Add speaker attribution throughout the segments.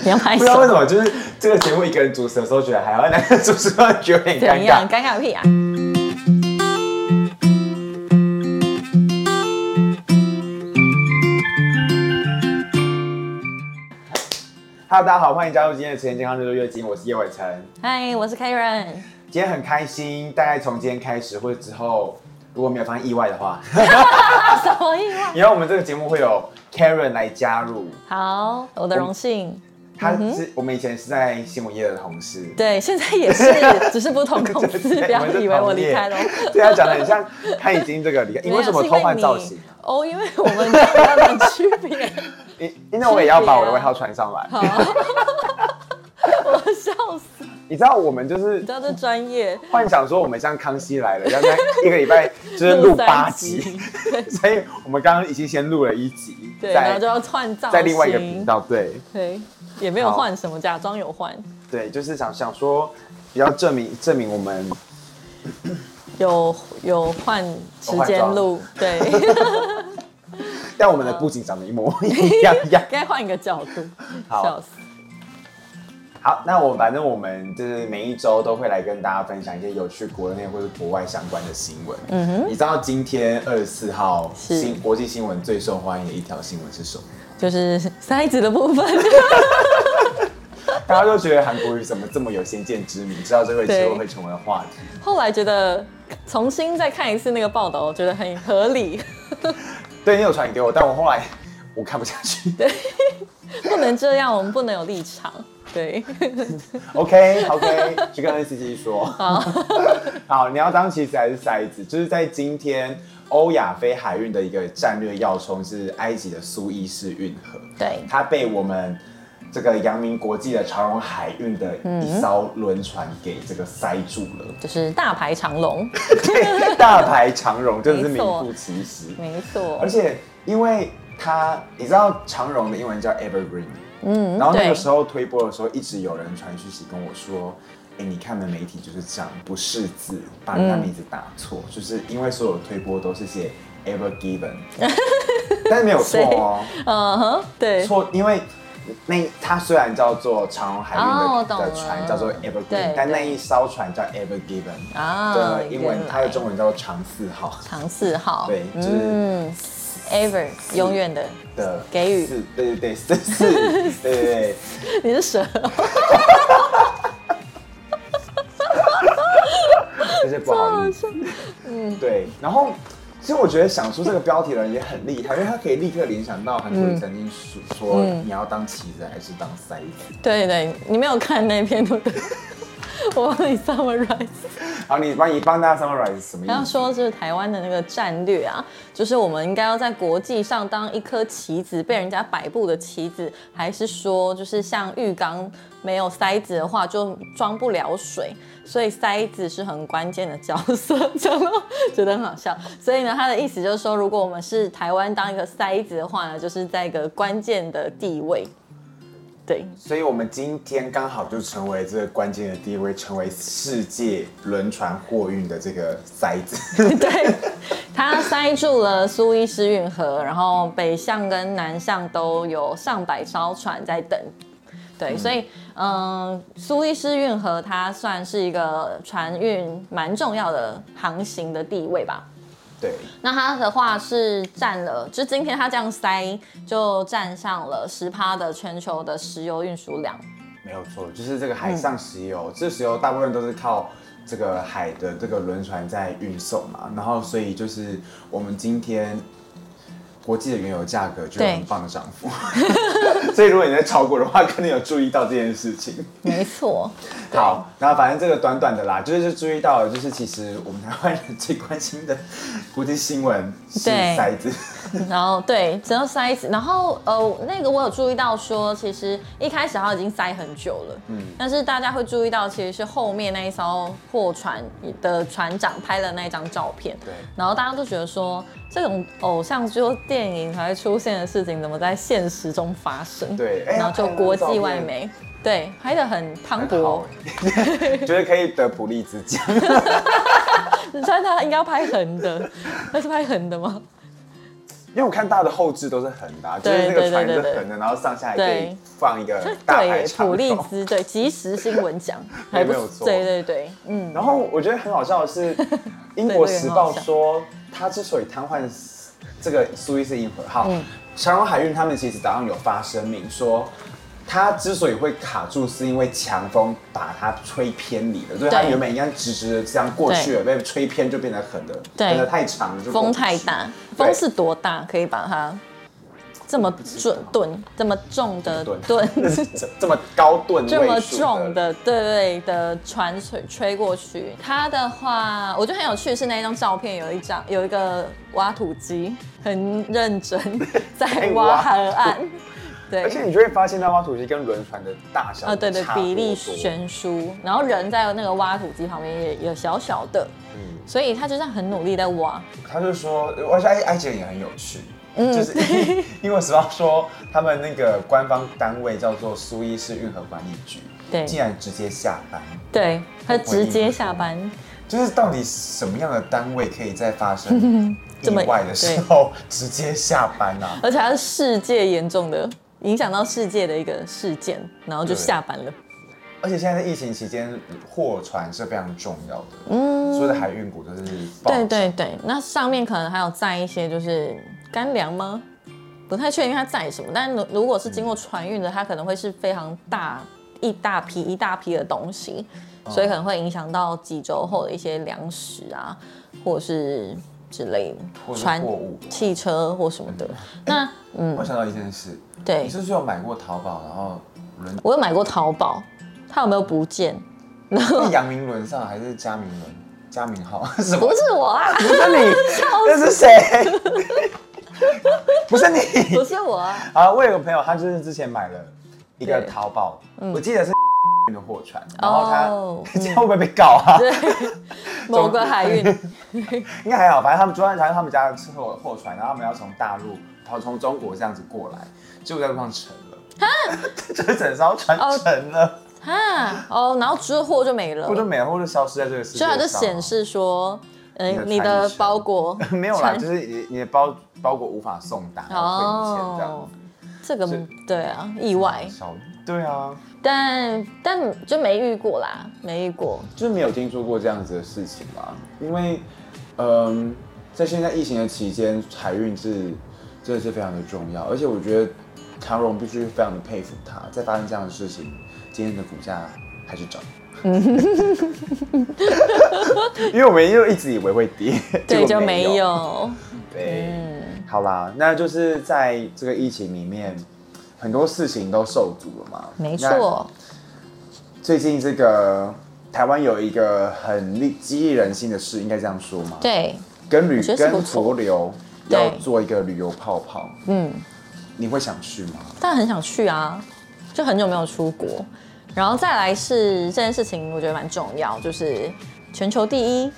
Speaker 1: 你要拍
Speaker 2: 不
Speaker 1: 手
Speaker 2: 知道为什么，就是这个节目一个人主持的时候觉得还好，两个人主持的时候觉得有点
Speaker 1: 怎
Speaker 2: 尴
Speaker 1: 样？
Speaker 2: 尬。
Speaker 1: 尴尬个屁啊！
Speaker 2: Hello，大家好，欢迎加入今天的《成人健康日度月经》，我是叶伟成。
Speaker 1: 嗨，我是 Karen。
Speaker 2: 今天很开心，大概从今天开始或者之后，如果没有发生意外的话，
Speaker 1: 什么意外？
Speaker 2: 以后我们这个节目会有 Karen 来加入。
Speaker 1: 好，我的荣幸。
Speaker 2: 她是、我们以前是在新闻业的同事，
Speaker 1: 对，现在也 是，只是不同公司，
Speaker 2: 对
Speaker 1: 不要以为我离开了。。
Speaker 2: 对他讲的很像，他已经这个离开。你为什么
Speaker 1: 没有
Speaker 2: 偷换造？
Speaker 1: 是
Speaker 2: 型 啊
Speaker 1: 因为？你哦，因为我们没有点区别。
Speaker 2: 因因为我也要把我的外套穿上来。
Speaker 1: 好，我笑死！
Speaker 2: 你知道我们就是
Speaker 1: 你知道这专业
Speaker 2: 幻想说我们像康熙来了，要在一个礼拜就是录八集，，
Speaker 1: 对
Speaker 2: 所以我们刚刚已经先录了一集，
Speaker 1: 对，然后就
Speaker 2: 在
Speaker 1: 要换造型，
Speaker 2: 在另外一个频，道，对
Speaker 1: 对，也没有换什么，假装有换，
Speaker 2: 对，就是想想说比较证明证明我们
Speaker 1: 有有换时间录，对，
Speaker 2: 但我们的布景长得一模一样一 样。
Speaker 1: 该换一个角度，
Speaker 2: 好
Speaker 1: 笑死。
Speaker 2: 好，那我反正我们就是每一周都会来跟大家分享一些有趣国内或是国外相关的新闻。嗯哼，你知道今天二十四号
Speaker 1: 是
Speaker 2: 新国际新闻最受欢迎的一条新闻是什么？
Speaker 1: 就是 塞子的部分，
Speaker 2: 大家都觉得韩国瑜怎么这么有先见之明，知道这个
Speaker 1: 对
Speaker 2: 之后会成为话题。
Speaker 1: 后来觉得重新再看一次那个报道，我觉得很合理，
Speaker 2: 对你有传给我，但我后来我看不下去。
Speaker 1: 不能这样，我们不能有立场，对，
Speaker 2: OK OK，去跟 NCC 说。 好，你要当棋子还是筛子？就是在今天欧亚非海运的一个战略要冲是埃及的苏伊士运河。
Speaker 1: 对
Speaker 2: 它被我们这个阳明国际的长荣海运的一艘轮船给这个塞住了，
Speaker 1: 就是大排长龙，
Speaker 2: 对，大牌长荣真的是
Speaker 1: 没
Speaker 2: 名
Speaker 1: 错
Speaker 2: 副其实。
Speaker 1: 没错
Speaker 2: 而，且因为它，你知道长荣的英文叫 Evergreen，嗯，然后那
Speaker 1: 对
Speaker 2: 个时候推播的时候，一直有人传讯息跟我说。哎、你看的媒体就是这样，不识字，把
Speaker 1: 嗯
Speaker 2: 人家名字打错，就是因为所有推播都是写 Ever Given，但是没有错 哦、
Speaker 1: 嗯哼，对，
Speaker 2: 错，因为那它虽然叫做长荣海运的,、
Speaker 1: 哦我懂了
Speaker 2: 的船叫做
Speaker 1: 对
Speaker 2: Evergreen，但那一艘船叫 Ever Given
Speaker 1: 啊
Speaker 2: 的英文
Speaker 1: 原，来
Speaker 2: 它的中文叫做长四号
Speaker 1: 长四号，
Speaker 2: 对就是
Speaker 1: 嗯，ever 永远的，
Speaker 2: 的
Speaker 1: 给予
Speaker 2: 四，对对对，四四，对对对，
Speaker 1: 你是蛇，
Speaker 2: 这些不好意思，
Speaker 1: 嗯
Speaker 2: 对，然后。其实我觉得想出这个标题的人也很厉害，因为他可以立刻联想到很多人曾经说说你要当棋子还是当塞子，
Speaker 1: 对对，你没有看那篇对不对？ 我帮你 summarize。
Speaker 2: 好，你帮你帮大家 summarize 什么意思？
Speaker 1: 要说就是台湾的那个战略啊，就是我们应该要在国际上当一颗棋子，被人家摆布的棋子，还是说就是像浴缸没有塞子的话就装不了水，所以塞子是很关键的角色，讲到觉得很好笑。 所以呢，他的意思就是说，如果我们是台湾当一个塞子的话呢，就是在一个关键的地位，对。
Speaker 2: 所以我们今天刚好就成为这个关键的地位，成为世界轮船货运的这个塞 子。
Speaker 1: 对，它塞住了苏伊士运河，然后北向跟南向都有上百艘船在等。对，所以嗯，苏伊士运河它算是一个船运蛮重要的航行的地位吧。
Speaker 2: 对，
Speaker 1: 那它的话是占了，就今天它这样塞，就占上了十趴的全球的石油运输量。
Speaker 2: 没有错，就是这个海上石油，这石油大部分都是靠这个海的这个轮船在运送嘛，然后所以就是我们今天。国际的原油价格就有
Speaker 1: 对
Speaker 2: 很棒的涨幅，所以如果你在炒股的话，肯定有注意到这件事情。
Speaker 1: 没错，
Speaker 2: 好，然后反正这个短短的啦，就是就注意到了，就是其实我们台湾人最关心的国际新闻是
Speaker 1: 对
Speaker 2: 塞子，
Speaker 1: 然后对，只有塞子。然后呃，那个我有注意到说，其实一开始它已经塞很久了，嗯，但是大家会注意到，其实是后面那一艘货船的船长拍了那一张照片，
Speaker 2: 对
Speaker 1: 然后大家都觉得说，这种偶像剧或电影才会出现的事情，怎么在现实中发生？
Speaker 2: 对哎
Speaker 1: 然后就
Speaker 2: 他拍了
Speaker 1: 国
Speaker 2: 张照
Speaker 1: 际外
Speaker 2: 片
Speaker 1: 媒。对，拍的很磅
Speaker 2: 很
Speaker 1: 礴
Speaker 2: 好，欸 觉得可以得普利兹奖。
Speaker 1: 但他应该要拍横的，那是拍横的吗？
Speaker 2: 因为我看大的后置都是横的、啊，就
Speaker 1: 对
Speaker 2: 是那个船
Speaker 1: 对
Speaker 2: 是
Speaker 1: 对对
Speaker 2: 横的，然后上下也可
Speaker 1: 对
Speaker 2: 以放一个大
Speaker 1: 对
Speaker 2: 排
Speaker 1: 耶，
Speaker 2: 长
Speaker 1: 普利
Speaker 2: 龙。
Speaker 1: 兹对即时新闻奖还
Speaker 2: 也
Speaker 1: 不
Speaker 2: 没有
Speaker 1: 错
Speaker 2: 错
Speaker 1: 对对对，嗯，
Speaker 2: 然后我觉得很好笑 的是，《英国时
Speaker 1: 这个很好》
Speaker 2: 报
Speaker 1: 笑
Speaker 2: 说他之所以瘫痪这个苏伊士运河号
Speaker 1: 嗯，
Speaker 2: 长荣海运他们其实早上有发声明说。它之所以会卡住，是因为强风把它吹偏离了，所以它
Speaker 1: 对
Speaker 2: 原本应该直直的这样过去了，被吹偏就变得很的，
Speaker 1: 对
Speaker 2: 变得太长了，就过
Speaker 1: 风
Speaker 2: 不
Speaker 1: 太
Speaker 2: 去
Speaker 1: 大，
Speaker 2: 对
Speaker 1: 风是多大可以把它这么准吨、这么重的
Speaker 2: 吨
Speaker 1: 吨、
Speaker 2: 这 这么高吨位数
Speaker 1: 这
Speaker 2: 的
Speaker 1: 么重的对对的船吹吹过去？它的话，我觉得很有趣是那一张照片，有一张有一个挖土机很认 真在挖
Speaker 2: 哎挖
Speaker 1: 河岸，对
Speaker 2: 而。且你就会发现，那挖土机跟轮船的大小
Speaker 1: 呃，对对
Speaker 2: 差，不多
Speaker 1: 比例悬殊，然后人在那个挖土机旁边也也小小的，
Speaker 2: 嗯
Speaker 1: 所以他就是很努力在挖，
Speaker 2: 他就说，而且埃埃及人也很有趣，
Speaker 1: 嗯
Speaker 2: 就是 因因为时报说他们那个官方单位叫做苏伊士运河管理局，
Speaker 1: 对
Speaker 2: 竟然直接下班，
Speaker 1: 对，他
Speaker 2: 回应
Speaker 1: 直接
Speaker 2: 不
Speaker 1: 下
Speaker 2: 出
Speaker 1: 班。
Speaker 2: 就是到底什么样的单位可以在发 生
Speaker 1: 嗯这么
Speaker 2: 意外的时候直接下班啊？
Speaker 1: 而且它是世界严重的影响到世界的一个事件，然后就
Speaker 2: 对
Speaker 1: 下班了。
Speaker 2: 而且现在在疫情期间，货船是非常重要的，
Speaker 1: 嗯，
Speaker 2: 所有的海运股都是爆
Speaker 1: 对对对，那上面可能还有载一些就是干粮吗？不太确定它载什么，但如如果是
Speaker 2: 嗯
Speaker 1: 经过船运的，它可能会是非常大一大批一大批的东西，
Speaker 2: 哦
Speaker 1: 所以可能会影响到几周后的一些粮食啊，或者是之类
Speaker 2: 或
Speaker 1: 的
Speaker 2: 是
Speaker 1: 船
Speaker 2: 货物、啊
Speaker 1: 汽车或什么的。 那嗯，
Speaker 2: 我想到一件事，
Speaker 1: 对
Speaker 2: 你，是不是有买过淘宝，然后轮
Speaker 1: 我有买过淘宝，它有没有不见？
Speaker 2: 是杨明伦上还是加明伦？加明浩 什 么
Speaker 1: 不？是我啊，
Speaker 2: 不是你，那是谁？ 不是你
Speaker 1: 不是我啊，
Speaker 2: 啊！我有个朋友，他就是之前买了一个
Speaker 1: 对嗯
Speaker 2: 淘宝，我记得是 的货船，然后他、
Speaker 1: 哦
Speaker 2: 这样会不会被告啊？
Speaker 1: 对，某个海运，
Speaker 2: 应该还好，反正他们昨天查到他们家的货货船，然后他们要从大陆，然后从中国这样子过来，结果在路上沉了， 就是整艘船
Speaker 1: 哦
Speaker 2: 沉了，
Speaker 1: 哈，哦，然后之后就没了
Speaker 2: 或，者美或者消失在这个世界
Speaker 1: 所以
Speaker 2: 上啊。
Speaker 1: 它就显示说，嗯、
Speaker 2: 你的
Speaker 1: 你的
Speaker 2: 传承
Speaker 1: 包裹
Speaker 2: 没有啦，
Speaker 1: 传
Speaker 2: 就是你你的包包裹无法送达，然后退钱这样
Speaker 1: 哦
Speaker 2: 子。，
Speaker 1: 这个
Speaker 2: 是
Speaker 1: 对啊，意外，
Speaker 2: 小对啊，
Speaker 1: 但但就没遇过啦，没遇过，
Speaker 2: 就是没有听说过这样子的事情啦。因为，嗯，在现在疫情的期间，海运是真的是非常的重要，而且我觉得长荣必须非常的佩服他，在发生这样的事情，今天的股价还是 涨。因为我们又一直以为会跌，
Speaker 1: 对，
Speaker 2: 结
Speaker 1: 就
Speaker 2: 果
Speaker 1: 没 有，
Speaker 2: 对，
Speaker 1: 嗯，
Speaker 2: 好啦，那就是在这个疫情里面，很多事情都受阻了嘛。
Speaker 1: 没。错，
Speaker 2: 最近这个台湾有一个很令激励人心的事，应该这样说吗？，
Speaker 1: 对，
Speaker 2: 跟旅
Speaker 1: 觉得是不
Speaker 2: 跟
Speaker 1: 错
Speaker 2: 浊流
Speaker 1: 对
Speaker 2: 要做一个旅游泡泡，
Speaker 1: 嗯。
Speaker 2: 你会想去吗？
Speaker 1: 但很想去啊，就很久没有出国。然后再来是这件事情，我觉得蛮重要，就是全球第一，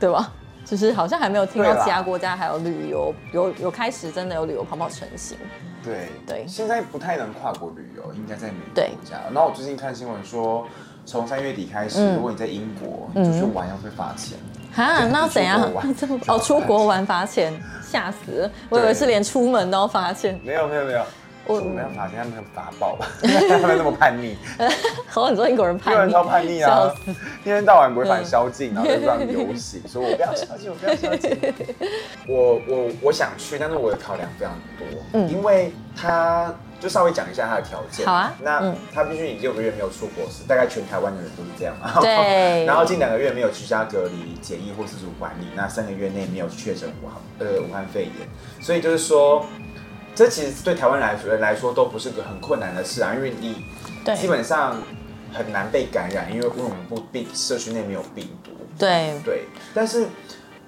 Speaker 1: 对吧？就是好像还没有听到
Speaker 2: 对啦
Speaker 1: 其他国家还有旅游有有开始真的有旅游泡泡成型，
Speaker 2: 对
Speaker 1: 对
Speaker 2: 现在不太能跨国旅游，应该在美国
Speaker 1: 对
Speaker 2: 国家。然后我最近看新闻说，从三月底开始，
Speaker 1: 嗯
Speaker 2: 如果你在英国你出去玩，要被罚钱。
Speaker 1: 哈，那要怎样
Speaker 2: 出国？ 玩
Speaker 1: 这么哦，出国玩罚钱，吓死了！我以为
Speaker 2: 对
Speaker 1: 是连出门都要罚钱，
Speaker 2: 没有没有没有，
Speaker 1: 我
Speaker 2: 我们要罚钱，他们很罚爆吧？ 他们那么叛逆。
Speaker 1: 好很多英国人
Speaker 2: 英国
Speaker 1: 叛
Speaker 2: 人
Speaker 1: 逆，
Speaker 2: 超叛逆
Speaker 1: 笑
Speaker 2: 啊
Speaker 1: 死！嗯
Speaker 2: 一天到晚不会反宵禁，然后在路上游行，说我不要宵禁，我不要宵禁。我我我想去，但是我的考量非常多，
Speaker 1: 嗯
Speaker 2: 因为他就稍微讲一下他的条件。
Speaker 1: 好啊
Speaker 2: 那
Speaker 1: 嗯
Speaker 2: 他必须你六个月没有出国时，大概全台湾的人都是这样嘛。
Speaker 1: 对
Speaker 2: 然后近两个月没有居家隔离、检疫或自主管理，那三个月内没有确诊武汉呃武汉肺炎，所以就是说。这其实对台湾来人来说都不是个很困难的事啊，因为你
Speaker 1: 对
Speaker 2: 基本上很难被感染，因为因为我们不病社区内没有病毒。
Speaker 1: 对
Speaker 2: 对，但是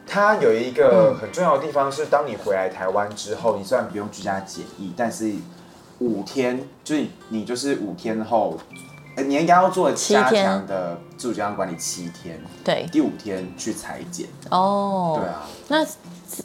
Speaker 2: 它有一
Speaker 1: 嗯
Speaker 2: 个很重要的地方是，当你回来台湾之后，你虽然不用居家检疫，但是五天就是你就是五天后，呃你应该要做
Speaker 1: 七
Speaker 2: 加
Speaker 1: 天
Speaker 2: 强的自主健康管理七天，
Speaker 1: 对
Speaker 2: 第五天去裁剪。
Speaker 1: 哦，
Speaker 2: 对啊，
Speaker 1: 那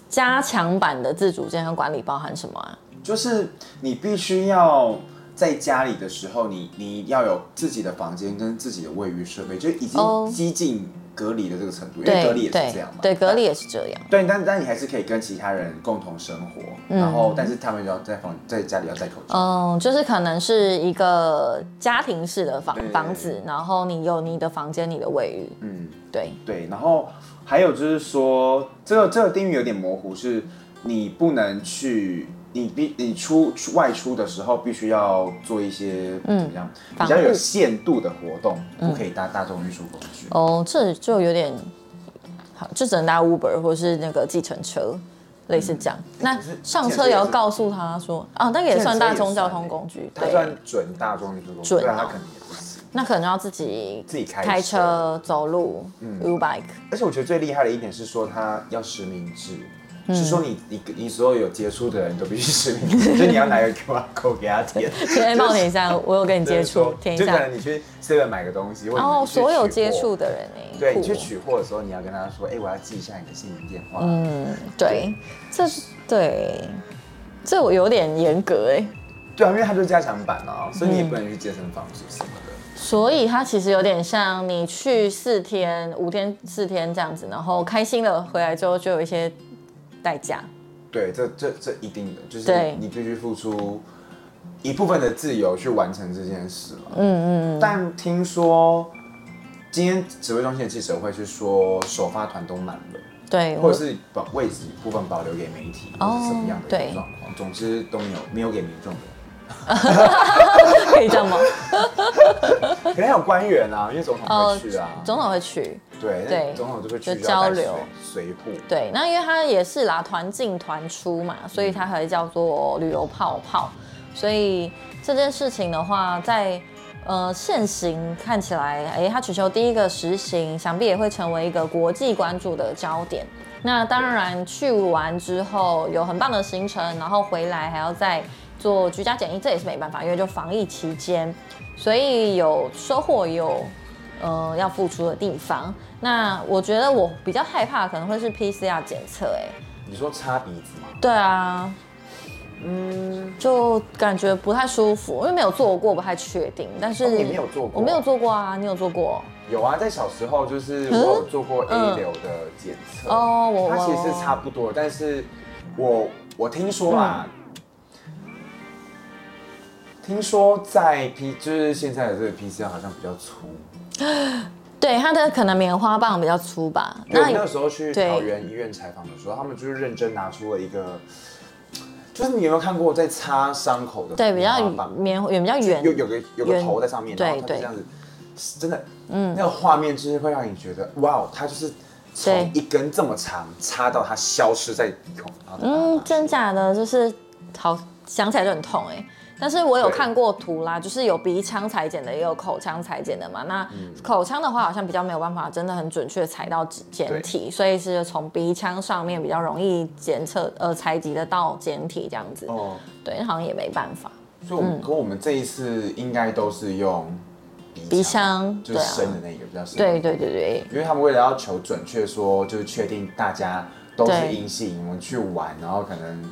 Speaker 1: 加强版的自主健康管理包含什么啊？
Speaker 2: 就是你必须要在家里的时候，你你要有自己的房间跟自己的卫浴设备，就已
Speaker 1: 哦
Speaker 2: 经激进隔离的这个程度，因为
Speaker 1: 对
Speaker 2: 隔离也
Speaker 1: 对
Speaker 2: 是这样嘛。嗯
Speaker 1: 对，隔离也是这样。
Speaker 2: 对，但但你还是可以跟其他人共同生活，然后但是他们要在房在家里要戴口罩。
Speaker 1: 嗯，就是可能是一个家庭式的房
Speaker 2: 对对
Speaker 1: 房子，然后你有你的房间、你的卫浴，
Speaker 2: 嗯，
Speaker 1: 对，
Speaker 2: 对。然后还有就是说，这个这个定义有点模糊，是你不能去，你必你出出外出的时候必须要做一些怎么样比
Speaker 1: 嗯防
Speaker 2: 较有
Speaker 1: 护
Speaker 2: 限度的活动，不可以搭大众运输工具。
Speaker 1: 哦，这就有点好，就只能搭 Uber 或是那个计程车，类似这样。那
Speaker 2: 嗯哎可是
Speaker 1: 上
Speaker 2: 计程
Speaker 1: 车
Speaker 2: 车
Speaker 1: 也
Speaker 2: 也
Speaker 1: 要
Speaker 2: 是
Speaker 1: 告诉他说，啊，那个也
Speaker 2: 计程
Speaker 1: 算
Speaker 2: 车
Speaker 1: 大
Speaker 2: 也
Speaker 1: 众交
Speaker 2: 算
Speaker 1: 通
Speaker 2: 欸
Speaker 1: 工具，
Speaker 2: 它
Speaker 1: 对，
Speaker 2: 算准大众运输工具，
Speaker 1: 准
Speaker 2: 对啊，它
Speaker 1: 哦
Speaker 2: 肯定也不行。
Speaker 1: 那可能要自己
Speaker 2: 自己开
Speaker 1: 开
Speaker 2: 车
Speaker 1: 车、
Speaker 2: 嗯
Speaker 1: 走路、U bike。
Speaker 2: 而且我觉得最厉害的一点是说，它要实名制，
Speaker 1: 嗯
Speaker 2: 是说你你你所有有接触的人都必须实名制， 就是你要拿个 QR code 给他填。
Speaker 1: 先哎冒你一下，我有跟你 接触
Speaker 2: 就，
Speaker 1: 填一
Speaker 2: 是说就可
Speaker 1: 下。
Speaker 2: 能你去 seven 买个东西，或者
Speaker 1: 然后
Speaker 2: 你去取货
Speaker 1: 所有接触，的人哎，
Speaker 2: 对你
Speaker 1: 酷
Speaker 2: 去取货的时候，你要跟他说，哎、我要记一下你的姓名电话。
Speaker 1: 嗯对，这是对，这我有点严格哎，
Speaker 2: 对啊，因为它就是加强版啊，所以你也
Speaker 1: 嗯
Speaker 2: 不能去健身房组什么的。
Speaker 1: 所以它其实有点像你去四天、五天、四天这样子，然后开心了回来之后就有一些代价，
Speaker 2: 对，这这这一定的，就是
Speaker 1: 对
Speaker 2: 你必须付出一部分的自由去完成这件事嘛。嗯嗯。但听说今天指挥中心的记者会是说首发团都满了。
Speaker 1: 对，
Speaker 2: 或
Speaker 1: 我
Speaker 2: 者是把位置部分保留给媒体，
Speaker 1: 哦
Speaker 2: 或是什么样的一
Speaker 1: 对
Speaker 2: 个状况。总之都没有没有给民众的，
Speaker 1: 可以这样吗？
Speaker 2: 可能还有官员啊，因为总统会去啊，
Speaker 1: 哎哦总统会去，
Speaker 2: 对
Speaker 1: 对
Speaker 2: 总统就会去
Speaker 1: 就
Speaker 2: 就要
Speaker 1: 交
Speaker 2: 带
Speaker 1: 流
Speaker 2: 随随扈，
Speaker 1: 对，那因为它也是啦，团进团出嘛，所以它还叫做旅游泡泡。所以这件事情的话，在呃现行看起来，哎，它全球第一个实呃行，想必也会成为一个国际关注的焦点。那当然，去完之后有很棒的行程，然后回来还要再做居家检疫，这也是没办法，因为就防疫期间，所以有收获也有呃要付出的地方。那我觉得我比较害怕可能会是 PCR 检测，哎，
Speaker 2: 你说擦鼻子吗？
Speaker 1: 对啊，嗯，就感觉不太舒服，因为没有做过，不太确定。但是、
Speaker 2: 哦你没有做过
Speaker 1: 我没有做过啊，你有做过？
Speaker 2: 有啊，在小时候就是我有做过 A 流的检测，
Speaker 1: 嗯哦我
Speaker 2: 它其实是差不多，但是我我听说啦。
Speaker 1: 嗯
Speaker 2: 听说在 P 就是现在的这个 PCR 好像比较粗，
Speaker 1: 对，它的可能棉花棒比较粗吧。
Speaker 2: 对，那个时候去
Speaker 1: 对
Speaker 2: 桃园医院采访的时候，他们就是认真拿出了一个，就是你有没有看过在擦伤口的
Speaker 1: 对比较
Speaker 2: 棉花棒
Speaker 1: 棉也比较圆，
Speaker 2: 有有个有个
Speaker 1: 圆
Speaker 2: 头在上面，
Speaker 1: 对
Speaker 2: 然后它就
Speaker 1: 对
Speaker 2: 这样子，是真的，嗯，那个画面就是会让你觉得，哇，哦，它就是从
Speaker 1: 对
Speaker 2: 一根这么长插到它消失在鼻孔，然后再把它拿
Speaker 1: 嗯，
Speaker 2: 出
Speaker 1: 真假的，就是好想起来就很痛哎、但是我有
Speaker 2: 对
Speaker 1: 看过图啦，就是有鼻腔裁剪的，也有口腔裁剪的嘛。那
Speaker 2: 嗯
Speaker 1: 口腔的话，好像比较没有办法，真的很准确地裁到简体，所以是从鼻腔上面比较容易检测呃采集得到简体这样子。
Speaker 2: 哦，
Speaker 1: 对，好像也没办法。
Speaker 2: 所以我
Speaker 1: 嗯
Speaker 2: 们跟我们这一次应该都是用鼻
Speaker 1: 鼻腔
Speaker 2: 就是
Speaker 1: 对啊
Speaker 2: 深的那个比较深，
Speaker 1: 对对对对
Speaker 2: 因为他们为了要求准确说，就是确定大家都是
Speaker 1: 对
Speaker 2: 阴性，我们去玩，然后可能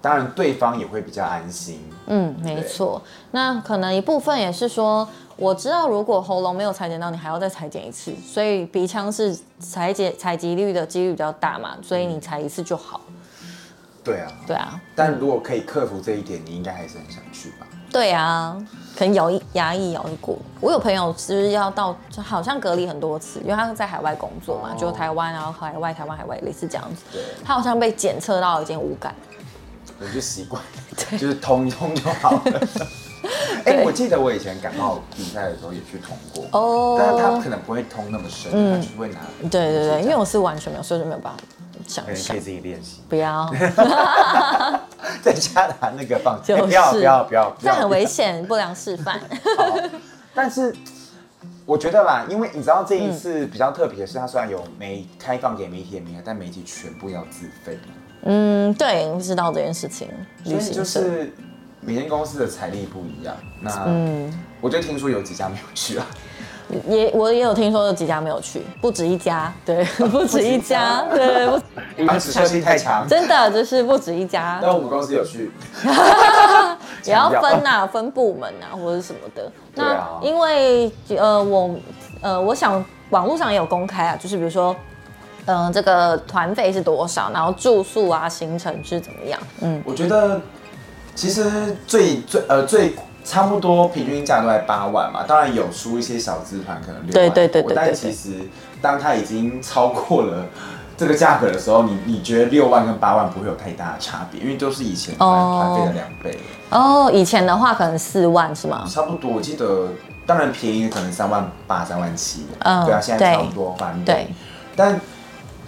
Speaker 2: 当然对方也会比较安心。
Speaker 1: 嗯，没错。那可能一部分也是说，我知道如果喉咙没有裁剪到，你还要再裁剪一次，所以鼻腔是裁剪采集率的几率比较大嘛，所以你裁一次就好。
Speaker 2: 对啊，
Speaker 1: 对啊，
Speaker 2: 但如果可以克服这一点，你应该还是很想去吧？
Speaker 1: 对啊，可能咬一牙医咬一过。我有朋友就是要到，就好像隔离很多次，因为他在海外工作嘛，
Speaker 2: 哦
Speaker 1: 就台湾，然后海外、台湾、海外类似这样子。
Speaker 2: 对，
Speaker 1: 他好像被检测到已经无感。
Speaker 2: 我就习 惯，就是通一通就好了。哎、
Speaker 1: 对
Speaker 2: 我记得我以前感冒比赛的时候也去通过，
Speaker 1: 哦嗯
Speaker 2: 但是他可能不会通那么深，他就会拿。
Speaker 1: 对对对，因为我是完全没有，所以就没有办法想
Speaker 2: 可能可
Speaker 1: 象
Speaker 2: 以。自己练习，
Speaker 1: 不要。
Speaker 2: 在家拿那个棒，
Speaker 1: 就是
Speaker 2: 哎不要不要不要，不
Speaker 1: 这
Speaker 2: 要
Speaker 1: 很危险，不良示 范。
Speaker 2: 但是我觉得啦，因为你知道这一
Speaker 1: 嗯
Speaker 2: 次比较特别的是，它虽然有媒开放给媒体的名额，但媒体全部要自费，
Speaker 1: 嗯，对，我知道这件事情。
Speaker 2: 所
Speaker 1: 旅
Speaker 2: 以
Speaker 1: 行社，
Speaker 2: 就是每间公司的财力不一样。那
Speaker 1: 嗯
Speaker 2: 我就听说有几家没有去啊，
Speaker 1: 也我也有听说有几家没有去，不止一家， 对，不止一家，对，不
Speaker 2: 当时设定太强。
Speaker 1: 真的就是不止一家，
Speaker 2: 但我们公司有去，
Speaker 1: 啊也要分呐、分部门呐、或者什么的。
Speaker 2: 对啊
Speaker 1: 那因为呃，我呃，我想网络上也有公开啊，就是比如说，嗯、这个团费是多少，然后住宿啊、行程是怎么样，嗯，
Speaker 2: 我觉得其实最最呃最差不多平均价都在八万嘛，当然有出一些小资团可能六
Speaker 1: 对
Speaker 2: 万
Speaker 1: 对对
Speaker 2: 多
Speaker 1: 对对
Speaker 2: 但
Speaker 1: 对
Speaker 2: 其实当它已经超过了。这个价格的时候，你你觉得六万跟八万不会有太大的差别，因为都是以前团
Speaker 1: 哦
Speaker 2: 团费的两倍，
Speaker 1: 哦，以前的话可能四万是吗？
Speaker 2: 差不多。我记得，当然便宜的可能三万八、三万七，
Speaker 1: 嗯
Speaker 2: 对啊，现在
Speaker 1: 对
Speaker 2: 差不多翻倍
Speaker 1: 对。
Speaker 2: 但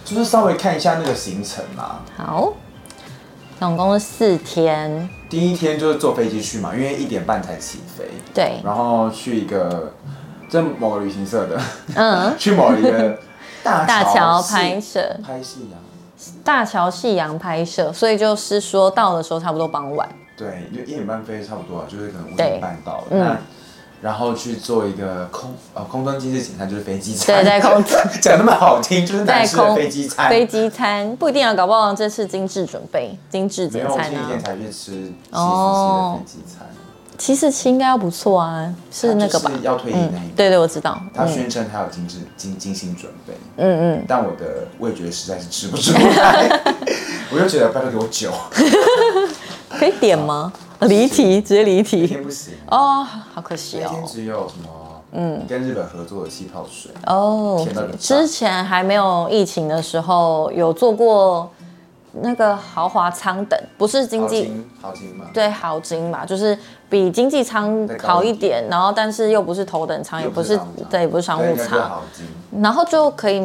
Speaker 2: 就是稍微看一下那个行程啦，
Speaker 1: 好，总共是四天，
Speaker 2: 第一天就是坐飞机去嘛，因为一点半才起飞，
Speaker 1: 对，
Speaker 2: 然后去一个这某个旅行社的，
Speaker 1: 嗯，
Speaker 2: 去某一个大
Speaker 1: 大桥
Speaker 2: 戏
Speaker 1: 拍摄，
Speaker 2: 拍戏啊，
Speaker 1: 大桥夕阳拍摄，所以就是说到的时候差不多傍晚，
Speaker 2: 对，就一点半飞差不多啊，就是可能五
Speaker 1: 对
Speaker 2: 点半到了。
Speaker 1: 嗯
Speaker 2: 那然后去做一个空呃空中精致检查，就是飞机餐。
Speaker 1: 对，在空
Speaker 2: 讲那么好听，就是
Speaker 1: 在
Speaker 2: 男士的
Speaker 1: 空
Speaker 2: 飞机餐。
Speaker 1: 飞机餐不一定要搞不好这次精致准备，精致
Speaker 2: 没
Speaker 1: 简
Speaker 2: 有，我
Speaker 1: 餐
Speaker 2: 前几天
Speaker 1: 啊，
Speaker 2: 才去吃七十七的
Speaker 1: 哦
Speaker 2: 飞机餐，
Speaker 1: 七四七应该要不错啊，是那个吧
Speaker 2: 它就？是要退役那一
Speaker 1: 对对，我知道，
Speaker 2: 他
Speaker 1: 嗯
Speaker 2: 宣称他有精致精精心准备，
Speaker 1: 嗯嗯，
Speaker 2: 但我的味觉实在是吃不出来， 我就觉得拜托给我酒，
Speaker 1: 可以点吗？离题，直接离
Speaker 2: 一
Speaker 1: 题
Speaker 2: 天不行。
Speaker 1: 哦，好可惜
Speaker 2: 那
Speaker 1: 哦
Speaker 2: 天。只有什么？嗯，跟日本合作的气泡水，
Speaker 1: 哦
Speaker 2: 甜到你炸，
Speaker 1: 之前还没有疫情的时候，有做过那个豪华舱等，不是经
Speaker 2: 好
Speaker 1: 济
Speaker 2: 听好听吗？
Speaker 1: 对豪金吧，就是比经济舱好一点，然后但是又不是头等舱，也
Speaker 2: 又
Speaker 1: 不
Speaker 2: 不
Speaker 1: 是
Speaker 2: 是商务舱
Speaker 1: 对，也不是商务
Speaker 2: 对，那个
Speaker 1: 舱，
Speaker 2: 好听。
Speaker 1: 然后就可以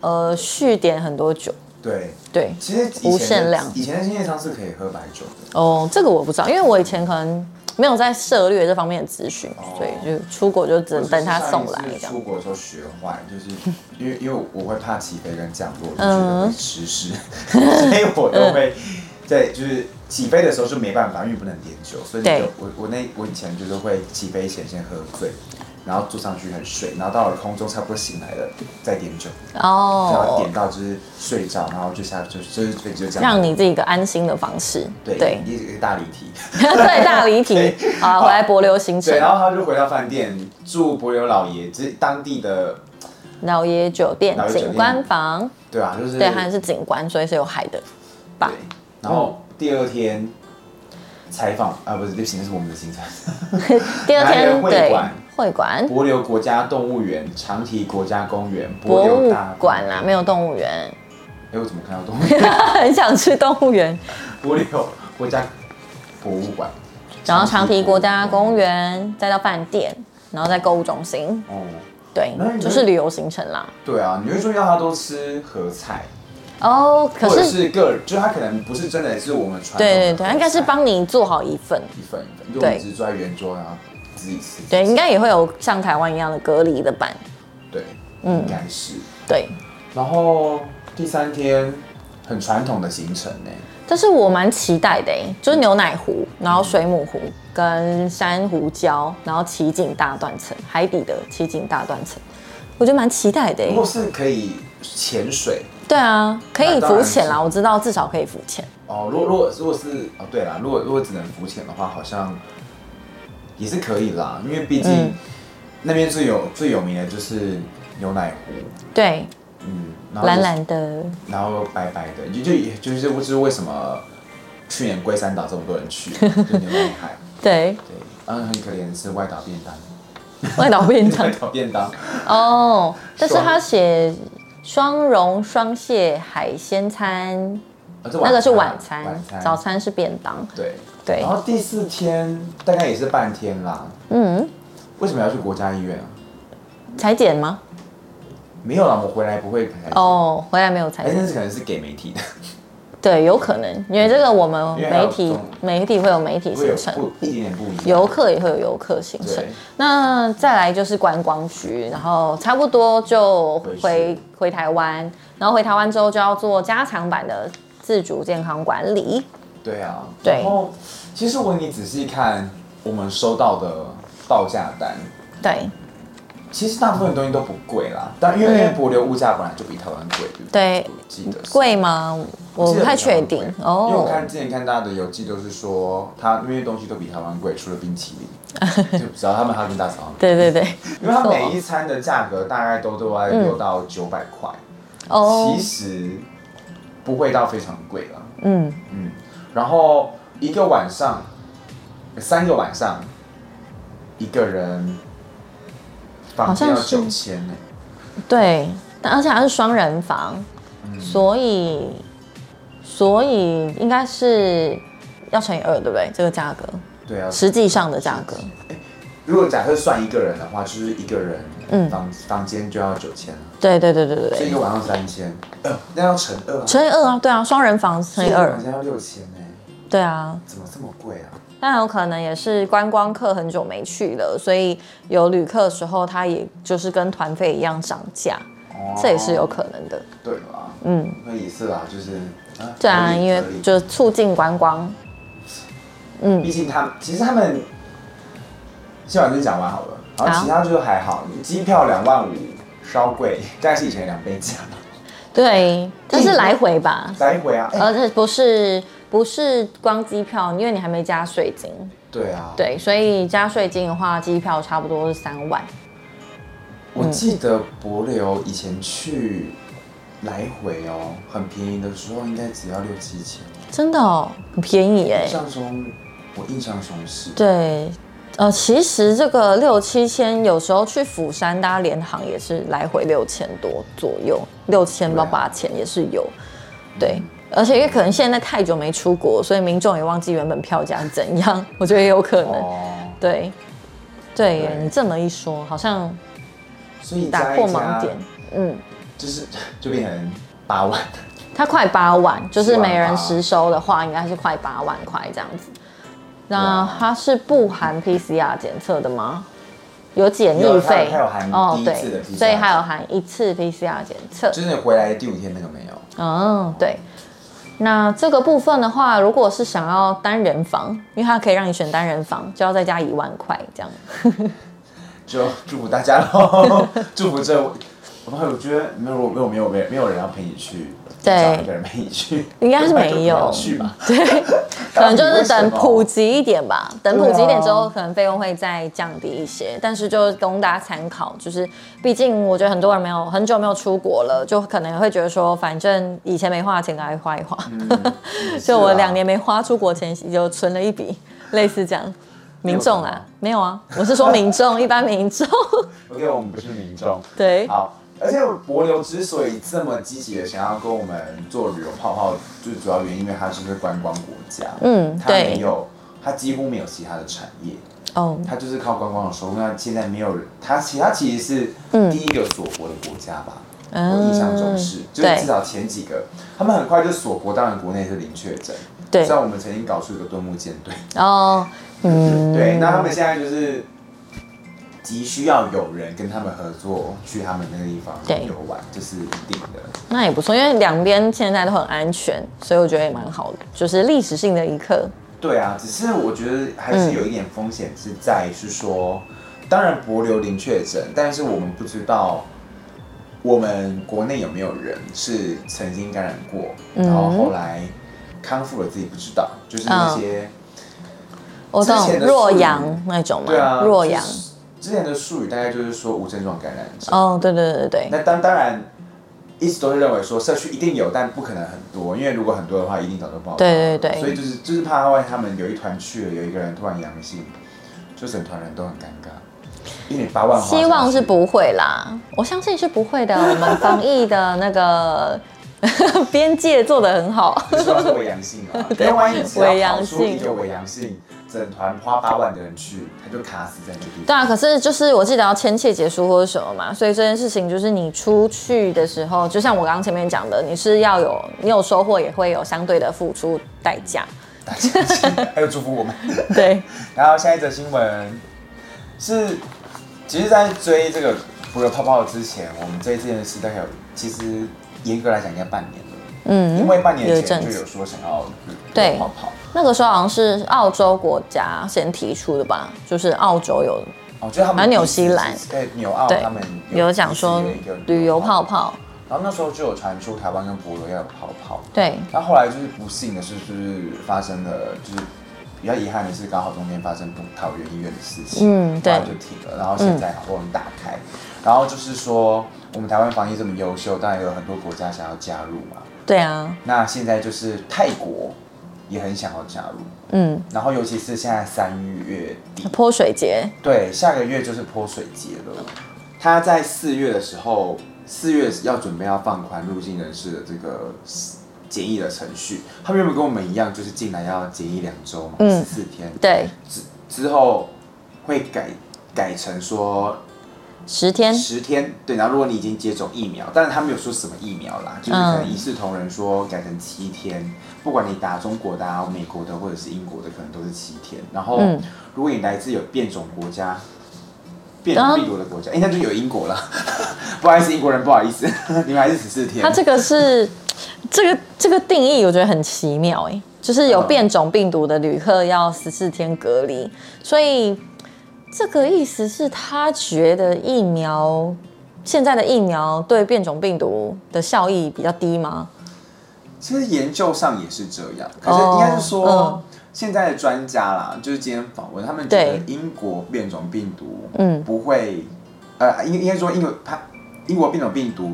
Speaker 1: 呃续点很多酒，
Speaker 2: 对，
Speaker 1: 对。
Speaker 2: 其实以前的
Speaker 1: 无限量
Speaker 2: 以前的经验舱是可以喝白酒的，
Speaker 1: 哦，这个我不知道，因为我以前可能没有在涉猎这方面的资讯，所以就出国就只能等他送来
Speaker 2: 我哦就是
Speaker 1: 这
Speaker 2: 上一次
Speaker 1: 样
Speaker 2: 出。国的时候学坏，就是因为因为我会怕起飞跟降落，
Speaker 1: 嗯
Speaker 2: 我就觉得会失事， 所以我都会在就是起飞的时候就没办法，因为不能点酒，所以你
Speaker 1: 对
Speaker 2: 就我我那我以前就是会起飞前先喝醉。然后坐上去很睡，然后到了空中差不多醒来了，再点酒，然后
Speaker 1: 哦
Speaker 2: 点，到就是睡着，然后就下就就是飞机就这样。
Speaker 1: 让你自己一个安心的方式。
Speaker 2: 对，
Speaker 1: 对
Speaker 2: 一一个大离题。
Speaker 1: 对，大离题。好啊，回来柏流行程
Speaker 2: 对，，然后他就回到饭店住柏流老爷，就是当地的
Speaker 1: 老爷酒店
Speaker 2: 老爷酒店
Speaker 1: 景观房，
Speaker 2: 对啊，就是
Speaker 1: 对，它是景观，所以是有海的吧哦
Speaker 2: 对？，然后第二天采访啊，不是，对不起，那是我们的行程。
Speaker 1: 第二
Speaker 2: 来
Speaker 1: 天
Speaker 2: 个会
Speaker 1: 对
Speaker 2: 馆
Speaker 1: 会馆、
Speaker 2: 柏流国家动物园、长堤国家公园、
Speaker 1: 博
Speaker 2: 柏
Speaker 1: 物
Speaker 2: 流大
Speaker 1: 馆啊，。没有动物园，
Speaker 2: 哎，我怎么看到动物园？
Speaker 1: 很想去动物园。
Speaker 2: 柏流国家博物馆，
Speaker 1: 然后长
Speaker 2: 堤
Speaker 1: 堤国家公。园，再到饭店，然后再购物中心，
Speaker 2: 哦，
Speaker 1: 对
Speaker 2: 那，你
Speaker 1: 就
Speaker 2: 就是
Speaker 1: 旅游行程啦。
Speaker 2: 对啊，你会注意到他都吃合菜，
Speaker 1: 哦，可
Speaker 2: 或者
Speaker 1: 是
Speaker 2: 是嗯个，就是他可能不是真的是我们传统的
Speaker 1: 对对
Speaker 2: 合
Speaker 1: 对，
Speaker 2: 菜
Speaker 1: 应该是帮你做好一份。
Speaker 2: 一份一份，因为我
Speaker 1: 对
Speaker 2: 们只是坐在圆桌，然后自己吃。
Speaker 1: 对，应该也会有像台湾一样的隔离的版。
Speaker 2: 对，
Speaker 1: 嗯
Speaker 2: 应该是。
Speaker 1: 对，
Speaker 2: 然后第三天很传统的行程呢，
Speaker 1: 但是我蛮期待的欸，就是牛奶湖，然后水母湖跟珊瑚礁，然后奇景大断层，海底的奇景大断层，我觉得蛮期待的欸。
Speaker 2: 如果是可以潜水
Speaker 1: 对啊，可以
Speaker 2: 那当
Speaker 1: 浮
Speaker 2: 然
Speaker 1: 潜啦，
Speaker 2: 是
Speaker 1: 我知道至少可以浮潜。
Speaker 2: 哦，如果如果如果是哦对啦，如果如果只能浮潜的话，好像也是可以啦，因为毕
Speaker 1: 嗯
Speaker 2: 竟那边最有最有名的就是牛奶湖，
Speaker 1: 对，
Speaker 2: 嗯，然后
Speaker 1: 蓝蓝的，
Speaker 2: 然后白白的，就就也就是不知为什么去年龟山岛这么多 人去，就牛奶海，
Speaker 1: 对，
Speaker 2: 对，嗯，很可怜是外岛便当，
Speaker 1: 外岛变成
Speaker 2: 外岛便当，
Speaker 1: 哦，但是
Speaker 2: 双
Speaker 1: 他写双荣双蟹海鲜餐，
Speaker 2: 啊这
Speaker 1: 那个是晚
Speaker 2: 晚
Speaker 1: 餐，
Speaker 2: 晚餐
Speaker 1: 早餐是便当。
Speaker 2: 对
Speaker 1: 对
Speaker 2: 然后第四天大概也是半天啦。
Speaker 1: 嗯，
Speaker 2: 为什么要去国家医院啊？
Speaker 1: 裁剪吗？
Speaker 2: 没有啦，我回来不会排。哦，
Speaker 1: 哦，回来没有裁
Speaker 2: 哎，
Speaker 1: 剪。
Speaker 2: 那是可能是给媒 体的，
Speaker 1: 对，有可能，因为这个我们
Speaker 2: 因为还
Speaker 1: 媒
Speaker 2: 有
Speaker 1: 体
Speaker 2: 中
Speaker 1: 媒体会有媒体
Speaker 2: 会有
Speaker 1: 行程，
Speaker 2: 不一点点不一样。
Speaker 1: 游客也会有游客行程
Speaker 2: 对。
Speaker 1: 那再来就是观光局，然后差不多就
Speaker 2: 回去
Speaker 1: 回回台湾，然后回台湾之后就要做加强版的自主健康管理。
Speaker 2: 对啊，
Speaker 1: 对
Speaker 2: 然后其实我你仔细看我们收到的报价单，
Speaker 1: 对，
Speaker 2: 其实大部分东西都不贵啦，但因为因为柏流物价本来就比台湾贵，对不对？
Speaker 1: 对
Speaker 2: 我记得是
Speaker 1: 贵吗？我
Speaker 2: 记得
Speaker 1: 不太
Speaker 2: 比台
Speaker 1: 确
Speaker 2: 湾贵
Speaker 1: 定
Speaker 2: 因为我
Speaker 1: 哦。
Speaker 2: 看之前看大家的游记都是说，他因为东西都比台湾贵，除了冰淇 淋，就只要他们哈根达斯好像
Speaker 1: 对对对，
Speaker 2: 因为它每一餐的价格大概都都在六到九百块，
Speaker 1: 哦
Speaker 2: 其，实不会到非常贵了。
Speaker 1: 嗯，
Speaker 2: 嗯，然后一个晚上，三个晚上，一个人房间要
Speaker 1: 好像是
Speaker 2: 九千呢。
Speaker 1: 对，但而且还是双人房，
Speaker 2: 嗯
Speaker 1: 所以所以应该是要乘以二，对不对？这个价格，
Speaker 2: 对啊，
Speaker 1: 实际上的价格，
Speaker 2: 如果假设算一个人的话，就是一个人，
Speaker 1: 嗯
Speaker 2: 房房间就要九千了，
Speaker 1: 对对对对对
Speaker 2: 所以一
Speaker 1: 对，
Speaker 2: 个晚上三千，呃，那要乘二啊，
Speaker 1: 乘以二啊，对啊，双人房乘
Speaker 2: 所以
Speaker 1: 以
Speaker 2: 一个
Speaker 1: 二
Speaker 2: 晚，上要六千呢，
Speaker 1: 对啊，
Speaker 2: 怎么这么贵啊？
Speaker 1: 但有可能也是观光客很久没去了，所以有旅客的时候，他也就是跟团费一样涨价，
Speaker 2: 哦
Speaker 1: 这也是有可能的。
Speaker 2: 对啊啦，
Speaker 1: 嗯，
Speaker 2: 那也是啦，就是啊，
Speaker 1: 对啊，
Speaker 2: 合理
Speaker 1: 因为
Speaker 2: 合理
Speaker 1: 就促进观光。嗯，
Speaker 2: 毕竟他们其实他们先把这讲完好了，然后
Speaker 1: 好
Speaker 2: 其他就还好，机票两万五稍贵，但是以前两倍价，
Speaker 1: 对，但是来回吧，
Speaker 2: 来回啊，哎
Speaker 1: 而且不是不是光机票，因为你还没加税金，
Speaker 2: 对啊，，
Speaker 1: 对，所以加税金的话，机票差不多是三万。嗯
Speaker 2: 我记得柏流以前去来回哦，很便宜的时候应该只要六七千，
Speaker 1: 真的哦，很便宜哎、
Speaker 2: 印象中我印象中是，
Speaker 1: 对，呃，其实这个六七千，有时候去釜山搭联航也是来回六千多左右，六千到
Speaker 2: 对啊
Speaker 1: 八千也是有。对，而且也可能现在太久没出国，所以民众也忘记原本票价是怎样，我觉得也有可能。
Speaker 2: 哦，
Speaker 1: 对，对耶，
Speaker 2: 对
Speaker 1: 你这么一说，好像
Speaker 2: 所以
Speaker 1: 打
Speaker 2: 加
Speaker 1: 破
Speaker 2: 一
Speaker 1: 盲
Speaker 2: 加
Speaker 1: 点。嗯，
Speaker 2: 就是 就变成八万，
Speaker 1: 它快八万，就是
Speaker 2: 10万
Speaker 1: 每人
Speaker 2: 八
Speaker 1: 实收的话，应该是快八万块这样子。那
Speaker 2: 哇
Speaker 1: 它是不含 PCR 检测的吗？有检
Speaker 2: 有
Speaker 1: 疫
Speaker 2: 它有
Speaker 1: 费哦
Speaker 2: 它有含第一
Speaker 1: 对
Speaker 2: 次的 PCR，
Speaker 1: 所以还有含一次 PCR 检测。
Speaker 2: 就是你回来的第五天那个没有。
Speaker 1: 嗯，对。那这个部分的话，如果是想要单人房，因为它可以让你选单人房，就要再加一万块这样。
Speaker 2: 就祝福大家喽， 祝福这。然后我觉得没有没有没有没有没有人要陪你去，
Speaker 1: 对
Speaker 2: 找一个人陪你去，
Speaker 1: 应该是没有
Speaker 2: 那就不要去吧，
Speaker 1: 对， 可能就是等普及一点吧。啊等普及一点之
Speaker 2: 对啊
Speaker 1: 后，可能费用会再降低一些，但是就供大家参考。就是毕竟我觉得很多人没有很久没有出国了，就可能会觉得说，反正以前没花的钱赶快花一花。
Speaker 2: 嗯 哦
Speaker 1: 就
Speaker 2: 啊
Speaker 1: 我两年没花出国钱，有存了一笔，类似这样。民众啦，没有啊，我是说民众，一般民众。
Speaker 2: OK，我们不是民众。
Speaker 1: 对，
Speaker 2: 好，而且柏流之所以这么积极的想要跟我们做旅游泡泡，最主要原因因为它就是观光国家，
Speaker 1: 嗯
Speaker 2: 它
Speaker 1: 对
Speaker 2: 没有，它几乎没有其他的产业，
Speaker 1: 哦，
Speaker 2: 它就是靠观光的收入。那现在没有人，它其它其实是第一个锁国的国家吧。
Speaker 1: 嗯
Speaker 2: 我印象中是，就是
Speaker 1: 对
Speaker 2: 至少前几个，他们很快就锁国，当然国内是零确诊。
Speaker 1: 对
Speaker 2: 像我们曾经搞出一个敦睦舰队，
Speaker 1: 哦，嗯，
Speaker 2: 对，那他们现在就是急需要有人跟他们合作，去他们那个地方
Speaker 1: 对
Speaker 2: 游玩，这是一定的。
Speaker 1: 那也不错，因为两边现在都很安全，所以我觉得也蛮好的，就是历史性的一刻。
Speaker 2: 对啊，只是我觉得还
Speaker 1: 嗯
Speaker 2: 是有一点风险是在是说，当然柏流零确诊，但是我们不知道。我们国内有没有人是曾经感染过，然后后来康复了自己不知道，就是那
Speaker 1: 嗯
Speaker 2: 些
Speaker 1: 我
Speaker 2: 之
Speaker 1: 懂
Speaker 2: 前的
Speaker 1: 若
Speaker 2: 术语
Speaker 1: 阳那种嘛，
Speaker 2: 对啊，
Speaker 1: 若阳。
Speaker 2: 就是之前的术语大概就是说无症状感染者。
Speaker 1: 哦，对对对对对，
Speaker 2: 那当当然，一直都是认为说社区一定有，但不可能很多，因为如果很多的话，一定早就爆发。
Speaker 1: 对对对
Speaker 2: 所以就是就是怕万一他们有一团去了，有一个人突然阳性，就整团人都很尴尬。一点八万花下去，
Speaker 1: 希望是不会啦，我相信是不会的。我们防疫的那个 边界做得很好。
Speaker 2: 希望是伪阳性 啊，因为万一只
Speaker 1: 伪
Speaker 2: 要
Speaker 1: 阳
Speaker 2: 跑
Speaker 1: 性
Speaker 2: 出一个伪阳性，整团花八万的人去，他就卡死在那个地
Speaker 1: 对
Speaker 2: 方。
Speaker 1: 啊，可是就是我记得要签切结书或者什么嘛，所以这件事情就是你出去的时候，就像我刚刚前面讲的，你是要有你有收获，也会有相对的付出代 价。
Speaker 2: 大家记得 还有祝福我们。
Speaker 1: 对，
Speaker 2: 然后下一则新闻是，其实，在追这个不热泡泡之前，我们追这件事大概有，其实严格来讲应该半年了。
Speaker 1: 嗯
Speaker 2: 因为半年
Speaker 1: 有一
Speaker 2: 前
Speaker 1: 阵
Speaker 2: 就
Speaker 1: 子
Speaker 2: 有说想要
Speaker 1: 对
Speaker 2: 热泡泡，
Speaker 1: 那个时候好像是澳洲国家先提出的吧，就是澳洲有
Speaker 2: 哦，就他们
Speaker 1: 还有啊纽西兰
Speaker 2: 对哎纽澳
Speaker 1: 对
Speaker 2: 哦他们
Speaker 1: 有讲说
Speaker 2: 一个
Speaker 1: 旅游泡，泡，
Speaker 2: 然后那时候就有传出台湾跟博罗要有泡泡，
Speaker 1: 对，
Speaker 2: 然后后来就是不幸的是，就是发生了，就是比较遗憾的是，刚好中间发生不桃园医院的事情，
Speaker 1: 嗯对嗯
Speaker 2: 后来就停了，然后现在喉咙打开，然后就是说我们台湾防疫这么优秀，当然有很多国家想要加入嘛，
Speaker 1: 对啊，
Speaker 2: 那现在就是泰国也很想要加入，
Speaker 1: 嗯，
Speaker 2: 然后尤其是现在三月底，
Speaker 1: 泼水节，
Speaker 2: 对，下个月就是泼水节了。他在四月的时候，四月要准备要放宽入境人士的这个检疫的程序。他们原本跟我们一样，就是进来要检疫两周嘛，
Speaker 1: 嗯
Speaker 2: 十四天。
Speaker 1: 对，
Speaker 2: 之之后会改改成说
Speaker 1: 十天，
Speaker 2: 十天，对。然后如果你已经接种疫苗，但是他没有说什么疫苗啦，就是可
Speaker 1: 嗯
Speaker 2: 能一视同仁说改成七天，不管你打中国的、啊、美国的或者是英国的，可能都是七天。然后
Speaker 1: 嗯
Speaker 2: 如果你来自有变种国家。变种病毒的国家，哎、那就有英国了。 不好意思，英国人，不好意思， 你们还是十四天
Speaker 1: 它。这个是这个这个定义，我觉得很奇妙哎、就是有变种病毒的旅客要十四天隔离，所以这个意思是他觉得疫苗现在的疫苗对变种病毒的效益比较低吗？
Speaker 2: 其实研究上也是这样，可是
Speaker 1: 哦
Speaker 2: 应该是说、
Speaker 1: 嗯
Speaker 2: 现在的专家啦，就是今天访问，他们觉得
Speaker 1: 对
Speaker 2: 英国变种病毒，
Speaker 1: 嗯
Speaker 2: 不会，呃，应应该说英国它英国变种病毒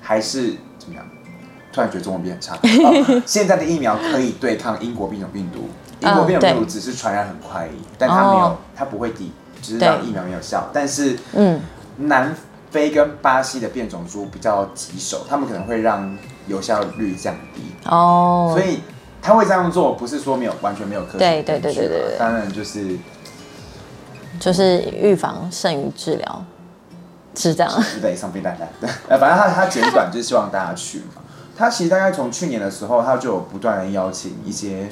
Speaker 2: 还是怎么样？突然觉得中文变很差、 哦现在的疫苗可以对抗英国变种病毒，英国变种病
Speaker 1: 嗯
Speaker 2: 毒
Speaker 1: 对
Speaker 2: 只是传染很快而已，但它没有，
Speaker 1: 哦
Speaker 2: 它不会抵，只是
Speaker 1: 对
Speaker 2: 让疫苗没有效。但是
Speaker 1: 嗯，
Speaker 2: 南非跟巴西的变种株比较棘手，他们可能会让有效率降低。
Speaker 1: 哦
Speaker 2: 所，以他会这样做，不是说没有完全没有科学
Speaker 1: 对对
Speaker 2: 根
Speaker 1: 对
Speaker 2: 据
Speaker 1: 对对
Speaker 2: 啊
Speaker 1: 对
Speaker 2: 当然就是
Speaker 1: 就是预防胜于治疗，是这样。
Speaker 2: 日本以上被大家， 呃，反正他他简短就是希望大家去嘛。他其实大概从去年的时候，他就有不断的邀请一些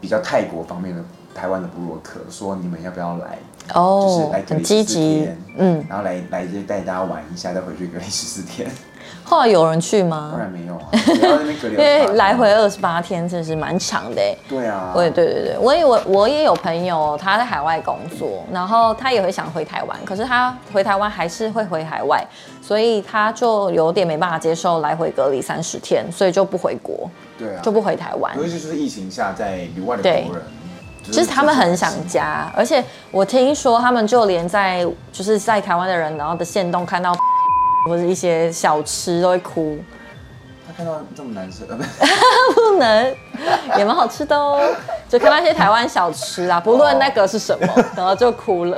Speaker 2: 比较泰国方面的台湾的部落客，说你们要不要来，就是
Speaker 1: 哦
Speaker 2: 来，隔
Speaker 1: 很
Speaker 2: 离
Speaker 1: 积
Speaker 2: 十四
Speaker 1: 极
Speaker 2: 天，，
Speaker 1: 嗯。
Speaker 2: 然后来来这带大家玩一下，再回去隔离十四天。
Speaker 1: 后来有人去
Speaker 2: 当
Speaker 1: 吗？
Speaker 2: 然没 有啊，不要在那边隔离
Speaker 1: 因
Speaker 2: 了
Speaker 1: 为来回。二十八天，真是蛮长的哎。
Speaker 2: 啊对啊，
Speaker 1: 我也对对对，我也我我也有朋友，他在海外工作，然后他也会想回台湾，可是他回台湾还是会回海外，所以他就有点没办法接受来回隔离三十天，所以就不回国，
Speaker 2: 对啊，
Speaker 1: 就不回台湾。
Speaker 2: 尤其就是疫情下在国外的
Speaker 1: 对
Speaker 2: 国人，就
Speaker 1: 就是他们很想家，而且我听说他们就连在就是在台湾的人，然后的线动看到 或者一些小吃都会哭，
Speaker 2: 他看到这么难吃，呃，不是
Speaker 1: 不能，也蛮好吃的哦。就看那些台湾小吃啦，不论那个是 什么，然后就哭了。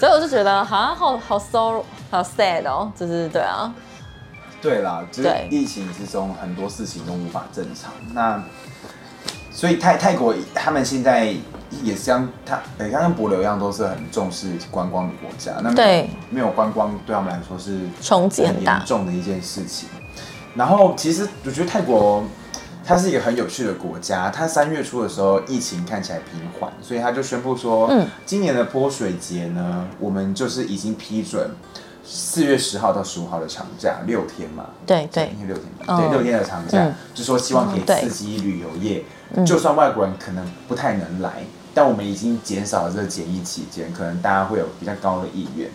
Speaker 1: 所以我就觉得，好像好好 so 好 sad 哦，就是对啊，
Speaker 2: 对啦，就是
Speaker 1: 对
Speaker 2: 疫情之中很多事情都无法正常。那所以泰泰国他们现在也像他，呃，像跟博流一样，都是很重视观光的国家。那没有
Speaker 1: 对，
Speaker 2: 没有观光对他们来说是
Speaker 1: 冲击很大
Speaker 2: 严重的一件事情。然后其实我觉得泰国它是一个很有趣的国家，它三月初的时候疫情看起来平缓，所以它就宣布说，
Speaker 1: 嗯
Speaker 2: 今年的泼水节呢，我们就是已经批准四月十号到十五号的长假六天嘛，
Speaker 1: 对对
Speaker 2: 应该六天吧，
Speaker 1: 嗯
Speaker 2: 对，六天的长假，
Speaker 1: 嗯
Speaker 2: 就说希望可以
Speaker 1: 嗯对嗯
Speaker 2: 刺激旅游业，就算外国人可能不太能来，但我们已经减少了这个检疫期间，可能大家会有比较高的意愿。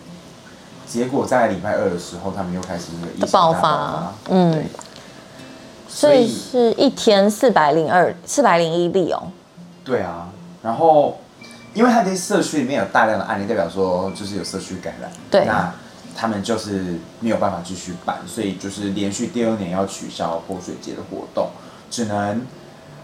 Speaker 2: 结果在礼拜二的时候，他们又开始那个疫情大
Speaker 1: 爆发
Speaker 2: 爆发，
Speaker 1: 嗯
Speaker 2: 对，
Speaker 1: 所以是一天四百零二、四百零一例哦。
Speaker 2: 对啊，然后因为他在社区里面有大量的案例，代表说就是有社区感染，
Speaker 1: 对
Speaker 2: 那他们就是没有办法继续办，所以就是连续第二年要取消泼水节的活动，只能。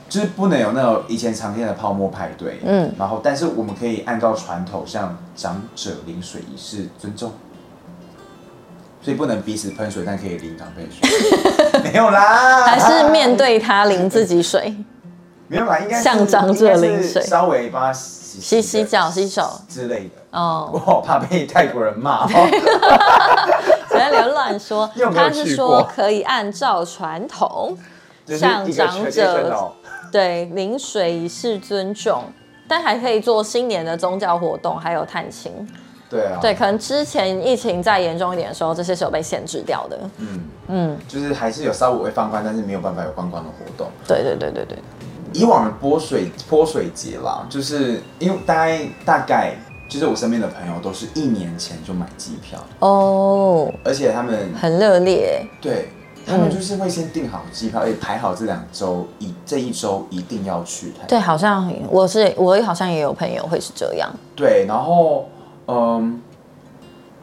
Speaker 2: 就是不能有那种以前常见的泡沫派对，
Speaker 1: 嗯
Speaker 2: 然后但是我们可以按照传统，像长者淋水仪式尊重，所以不能彼此喷水，但可以淋长辈水， 没有啦，
Speaker 1: 还是面对他淋自己水，
Speaker 2: 没有吧？应该是
Speaker 1: 像长者淋水
Speaker 2: 应该是稍微帮他洗
Speaker 1: 洗洗脚、洗手
Speaker 2: 之类的。我
Speaker 1: 哦，
Speaker 2: 好怕被泰国人骂哦。
Speaker 1: 不要留乱说
Speaker 2: 你有。没有
Speaker 1: 他是
Speaker 2: 去
Speaker 1: 说
Speaker 2: 过
Speaker 1: 可以按照传统，
Speaker 2: 就是
Speaker 1: 像
Speaker 2: 一个
Speaker 1: 长
Speaker 2: tradition 哦
Speaker 1: 者对淋水以示尊重，但还可以做新年的宗教活动，还有探亲。
Speaker 2: 对啊，
Speaker 1: 对，，可能之前疫情再严重一点的时候，这些是有被限制掉的。
Speaker 2: 嗯，
Speaker 1: 嗯，
Speaker 2: 就是还是有稍微会放宽，但是没有办法有观光的活动。
Speaker 1: 对对对对对，
Speaker 2: 以往的泼水泼水节啦，就是因为大概大概就是我身边的朋友都是一年前就买机票，
Speaker 1: 哦，
Speaker 2: 而且他们
Speaker 1: 很热烈，
Speaker 2: 对他
Speaker 1: 嗯
Speaker 2: 们就是会先订好机票，而且排好这两周一这一周一定要去台
Speaker 1: 对，好像我是我好像也有朋友会是这样，
Speaker 2: 对，然后嗯，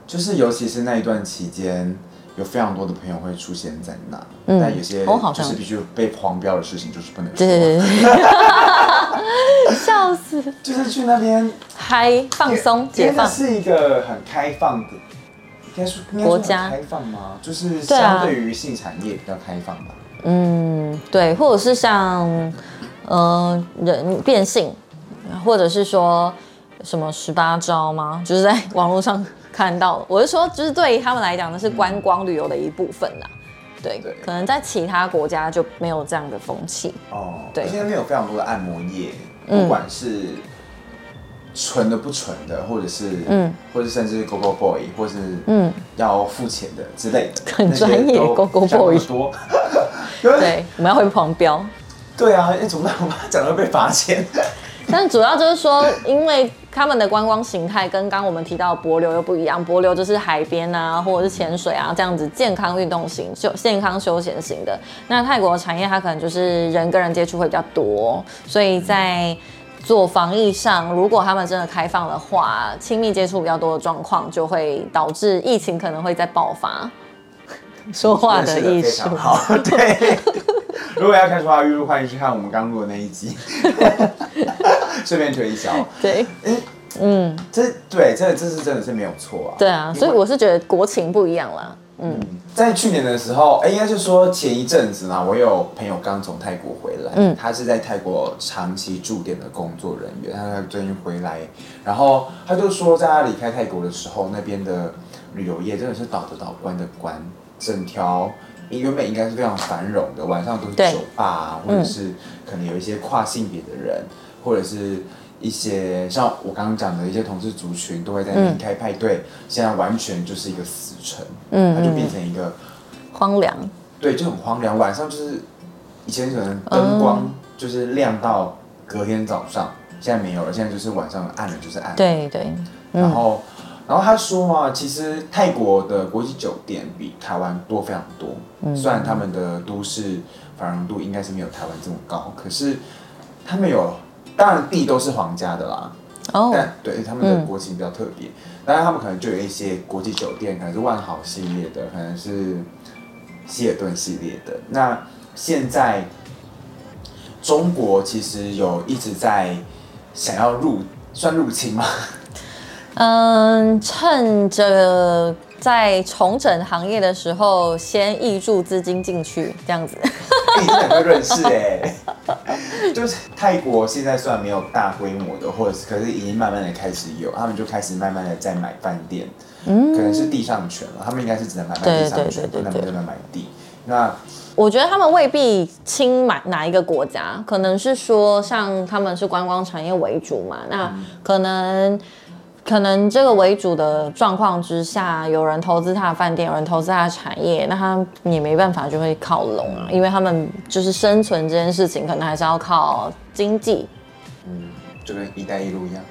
Speaker 2: 就是尤其是那一段期间，有非常多的朋友会出现在那，但有些
Speaker 1: 哦好
Speaker 2: 就
Speaker 1: 像
Speaker 2: 是必须被黄标的事情就是不能
Speaker 1: 对
Speaker 2: 说，
Speaker 1: 对对对， 笑死，
Speaker 2: 就是去那边
Speaker 1: 嗨，放松
Speaker 2: 因
Speaker 1: 解
Speaker 2: 为那
Speaker 1: 放，
Speaker 2: 是一个很开放的。应该说，应该说
Speaker 1: 国
Speaker 2: 很
Speaker 1: 家
Speaker 2: 开放吗？就是
Speaker 1: 对啊
Speaker 2: 相对于性产业比较开放吧。
Speaker 1: 嗯，对，或者是像呃人变性，或者是说什么十八招吗？就是在 网络上看到的，我是说，就是对于他们来讲，那是观光旅游的一部分啦。对，
Speaker 2: 对
Speaker 1: 可能在其他国家就没有这样的风气。
Speaker 2: 哦，
Speaker 1: 对
Speaker 2: 现在边有非常多的按摩业，
Speaker 1: 嗯
Speaker 2: 不管是纯的不纯的，或者是
Speaker 1: 嗯，
Speaker 2: 或者甚至是 Go Go Boy，或是
Speaker 1: 嗯，
Speaker 2: 要付钱的之类的，
Speaker 1: 很
Speaker 2: 那些
Speaker 1: 专业
Speaker 2: 都
Speaker 1: Gogo
Speaker 2: 相当
Speaker 1: Boy
Speaker 2: 多。 对
Speaker 1: 对，我们要会狂飙。
Speaker 2: 对啊，你怎么让我妈讲到被罚钱？
Speaker 1: 但主要就是说，因为他们的观光形态跟刚我们提到的柏流又不一样，柏流就是海边啊，或者是潜水啊这样子健康运动型、休健康休闲型的。那泰国的产业它可能就是人跟人接触会比较多，所以在做防疫上，如果他们真的开放的话，亲密接触比较多的状况就会导致疫情可能会再爆发。说话的艺术
Speaker 2: 真是个非，常好，对。如果要看《说话玉露》，欢迎去看我们刚录的那 一集， 顺便推销。
Speaker 1: 对，
Speaker 2: 这对，这这是真的是没有错啊。
Speaker 1: 对啊，所以我是觉得国情不一样啦。
Speaker 2: 在去年的时候，哎，应该是说前一阵子啦，我有朋友刚从泰国回来，
Speaker 1: 嗯
Speaker 2: 他是在泰国长期驻点的工作人员，他最近回来，然后他就说，在他离开泰国的时候，那边的旅游业真的是倒的倒，关的关，整条原本应该是非常繁荣的，晚上都
Speaker 1: 对
Speaker 2: 是酒吧、啊，或者是可能有一些跨性别的人，或者是。一些像我刚刚讲的一些同志族群都会在那边开派对，现在完全就是一个死城，
Speaker 1: 嗯
Speaker 2: 它就变成一个
Speaker 1: 荒凉，
Speaker 2: 对，就很荒凉。晚上就是以前可能灯光就是亮到隔天早上，现在没有了，现在就是晚上暗了就是暗。
Speaker 1: 对对，
Speaker 2: 然后，然后他说嘛，其实泰国的国际酒店比台湾多非常多，虽然他们的都市繁荣度应该是没有台湾这么高，可是他们有，当然地都是皇家的啦，
Speaker 1: 哦，
Speaker 2: 但对他们的国情比较特别，当然他们可能就有一些国际酒店，可能是万豪系列的，可能是希尔顿系列的。那现在中国其实有一直在想要入，算入侵吗？
Speaker 1: 嗯，趁着在重整行业的时候，先挹注资金进去，这样子。
Speaker 2: 你真的很会认识哎、 就是泰国现在虽然没有大规模的，或者是可是已经慢慢的开始有，他们就开始慢慢的在买饭店，可能是地上权了，他们应该是只能买卖地上权，
Speaker 1: 对对
Speaker 2: 不
Speaker 1: 对对
Speaker 2: 能
Speaker 1: 对
Speaker 2: 不能买地。那
Speaker 1: 我觉得他们未必亲买哪一个国家，可能是说像他们是观光产业为主嘛，那可能。可能这个为主的状况之下，有人投资他的饭店，有人投资他的产业，那他也没办法就会靠拢啊，因为他们就是生存这件事情，可能还是要靠经济。
Speaker 2: 就跟“一带一路”一 样，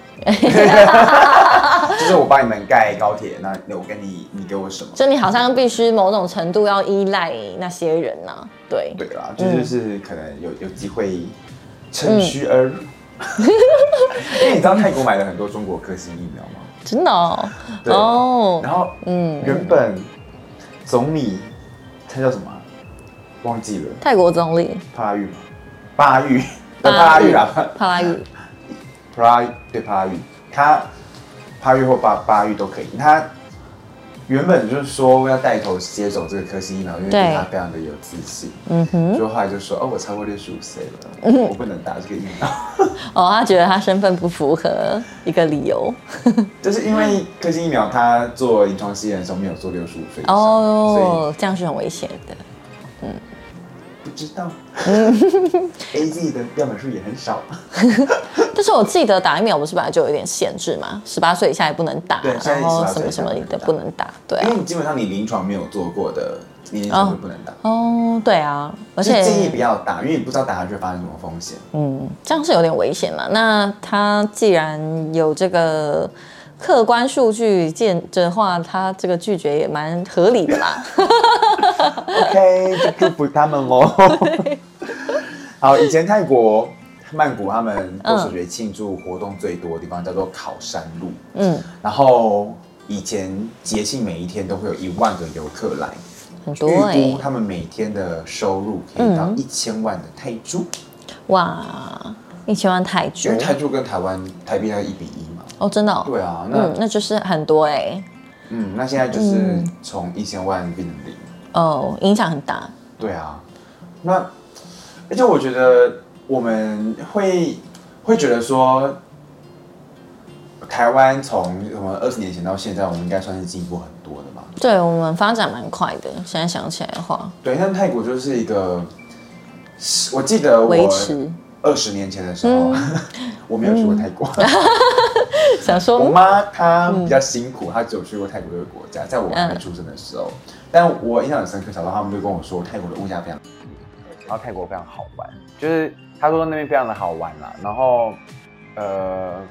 Speaker 2: 就是我帮你们盖高铁，那我跟你，你给我什么？
Speaker 1: 就你好像必须某种程度要依赖那些人呐、对，
Speaker 2: 对啦，这就是可能有有机会趁虚而入。嗯 因为你知道泰国买了很多中国科兴疫苗吗？
Speaker 1: 真的哦，
Speaker 2: 对
Speaker 1: 哦
Speaker 2: 然后，嗯，原本总理他叫什么啊？忘记了，
Speaker 1: 泰国总理
Speaker 2: 帕拉育吗？巴拉育，对帕拉育啦，帕
Speaker 1: 帕拉 育，
Speaker 2: 普拉对帕拉玉，他帕玉或巴巴玉都可以。他原本就是说要带头接种这个科兴疫苗，因为
Speaker 1: 对
Speaker 2: 对他非常的有自信。
Speaker 1: 嗯哼，
Speaker 2: 就后来就说哦，我超过六十五岁了，我不能打这个疫苗，
Speaker 1: 哦，他觉得他身份不符合一个理由，
Speaker 2: 就是因为科兴疫苗他做临床试验的时候没有做六十五岁以上，所
Speaker 1: 哦，这样是很危险的，
Speaker 2: 以不知 道。A Z 的样本数也很少，
Speaker 1: 但是我记得打疫苗不是本来就有一点限制嘛，十八岁以下也不能打，
Speaker 2: 对现在
Speaker 1: 然后什
Speaker 2: 18岁
Speaker 1: 么
Speaker 2: 以下
Speaker 1: 什么的不能打，对
Speaker 2: 因
Speaker 1: 啊
Speaker 2: 为，你基本上你临床没有做过的，你龄层就不能打。
Speaker 1: 哦，对啊，而
Speaker 2: 而
Speaker 1: 且
Speaker 2: 建议不要打，因为你不知道打下去会发生什么风险。
Speaker 1: 嗯，这样是有点危险了。那他既然有这个客观数据见的话，他这个拒绝也蛮合理的 啦。
Speaker 2: OK，就祝福他们 喽。好，以前泰国曼谷他们
Speaker 1: 嗯
Speaker 2: 过水节庆祝活动最多的地方叫做考山路，
Speaker 1: 嗯，
Speaker 2: 然后以前节庆每一天都会有一万个游客来，
Speaker 1: 很多哎、
Speaker 2: 预估他们每天的收入可以
Speaker 1: 嗯
Speaker 2: 到一千万的泰铢，
Speaker 1: 哇，一千万泰铢
Speaker 2: 因为泰铢跟台湾台币要一比一嘛。
Speaker 1: 哦，真的、哦，
Speaker 2: 嗯对啊，那
Speaker 1: 嗯，那就是很多哎、
Speaker 2: 嗯，那现在就是从一千万变成零。
Speaker 1: 哦，影响很大，
Speaker 2: 对啊，那而且我觉得我们会会觉得说，台湾从什么二十年前到现在，我们应该算是进步很多的嘛。
Speaker 1: 对我们发展蛮快的。现在想起来的话，
Speaker 2: 对，但泰国就是一个，我记得
Speaker 1: 维
Speaker 2: 我
Speaker 1: 持嗯
Speaker 2: 二十年前的时候， 我没有去过泰国。
Speaker 1: 想
Speaker 2: 我
Speaker 1: 说，
Speaker 2: 妈她比较辛苦，她只有去过泰国这个国家，在我还没出生的时候。但我印象很深刻，小时候他们就跟我说，泰国的物价非常，然后泰国非常好玩，就是他说那边非常的好玩啦。然后，呃，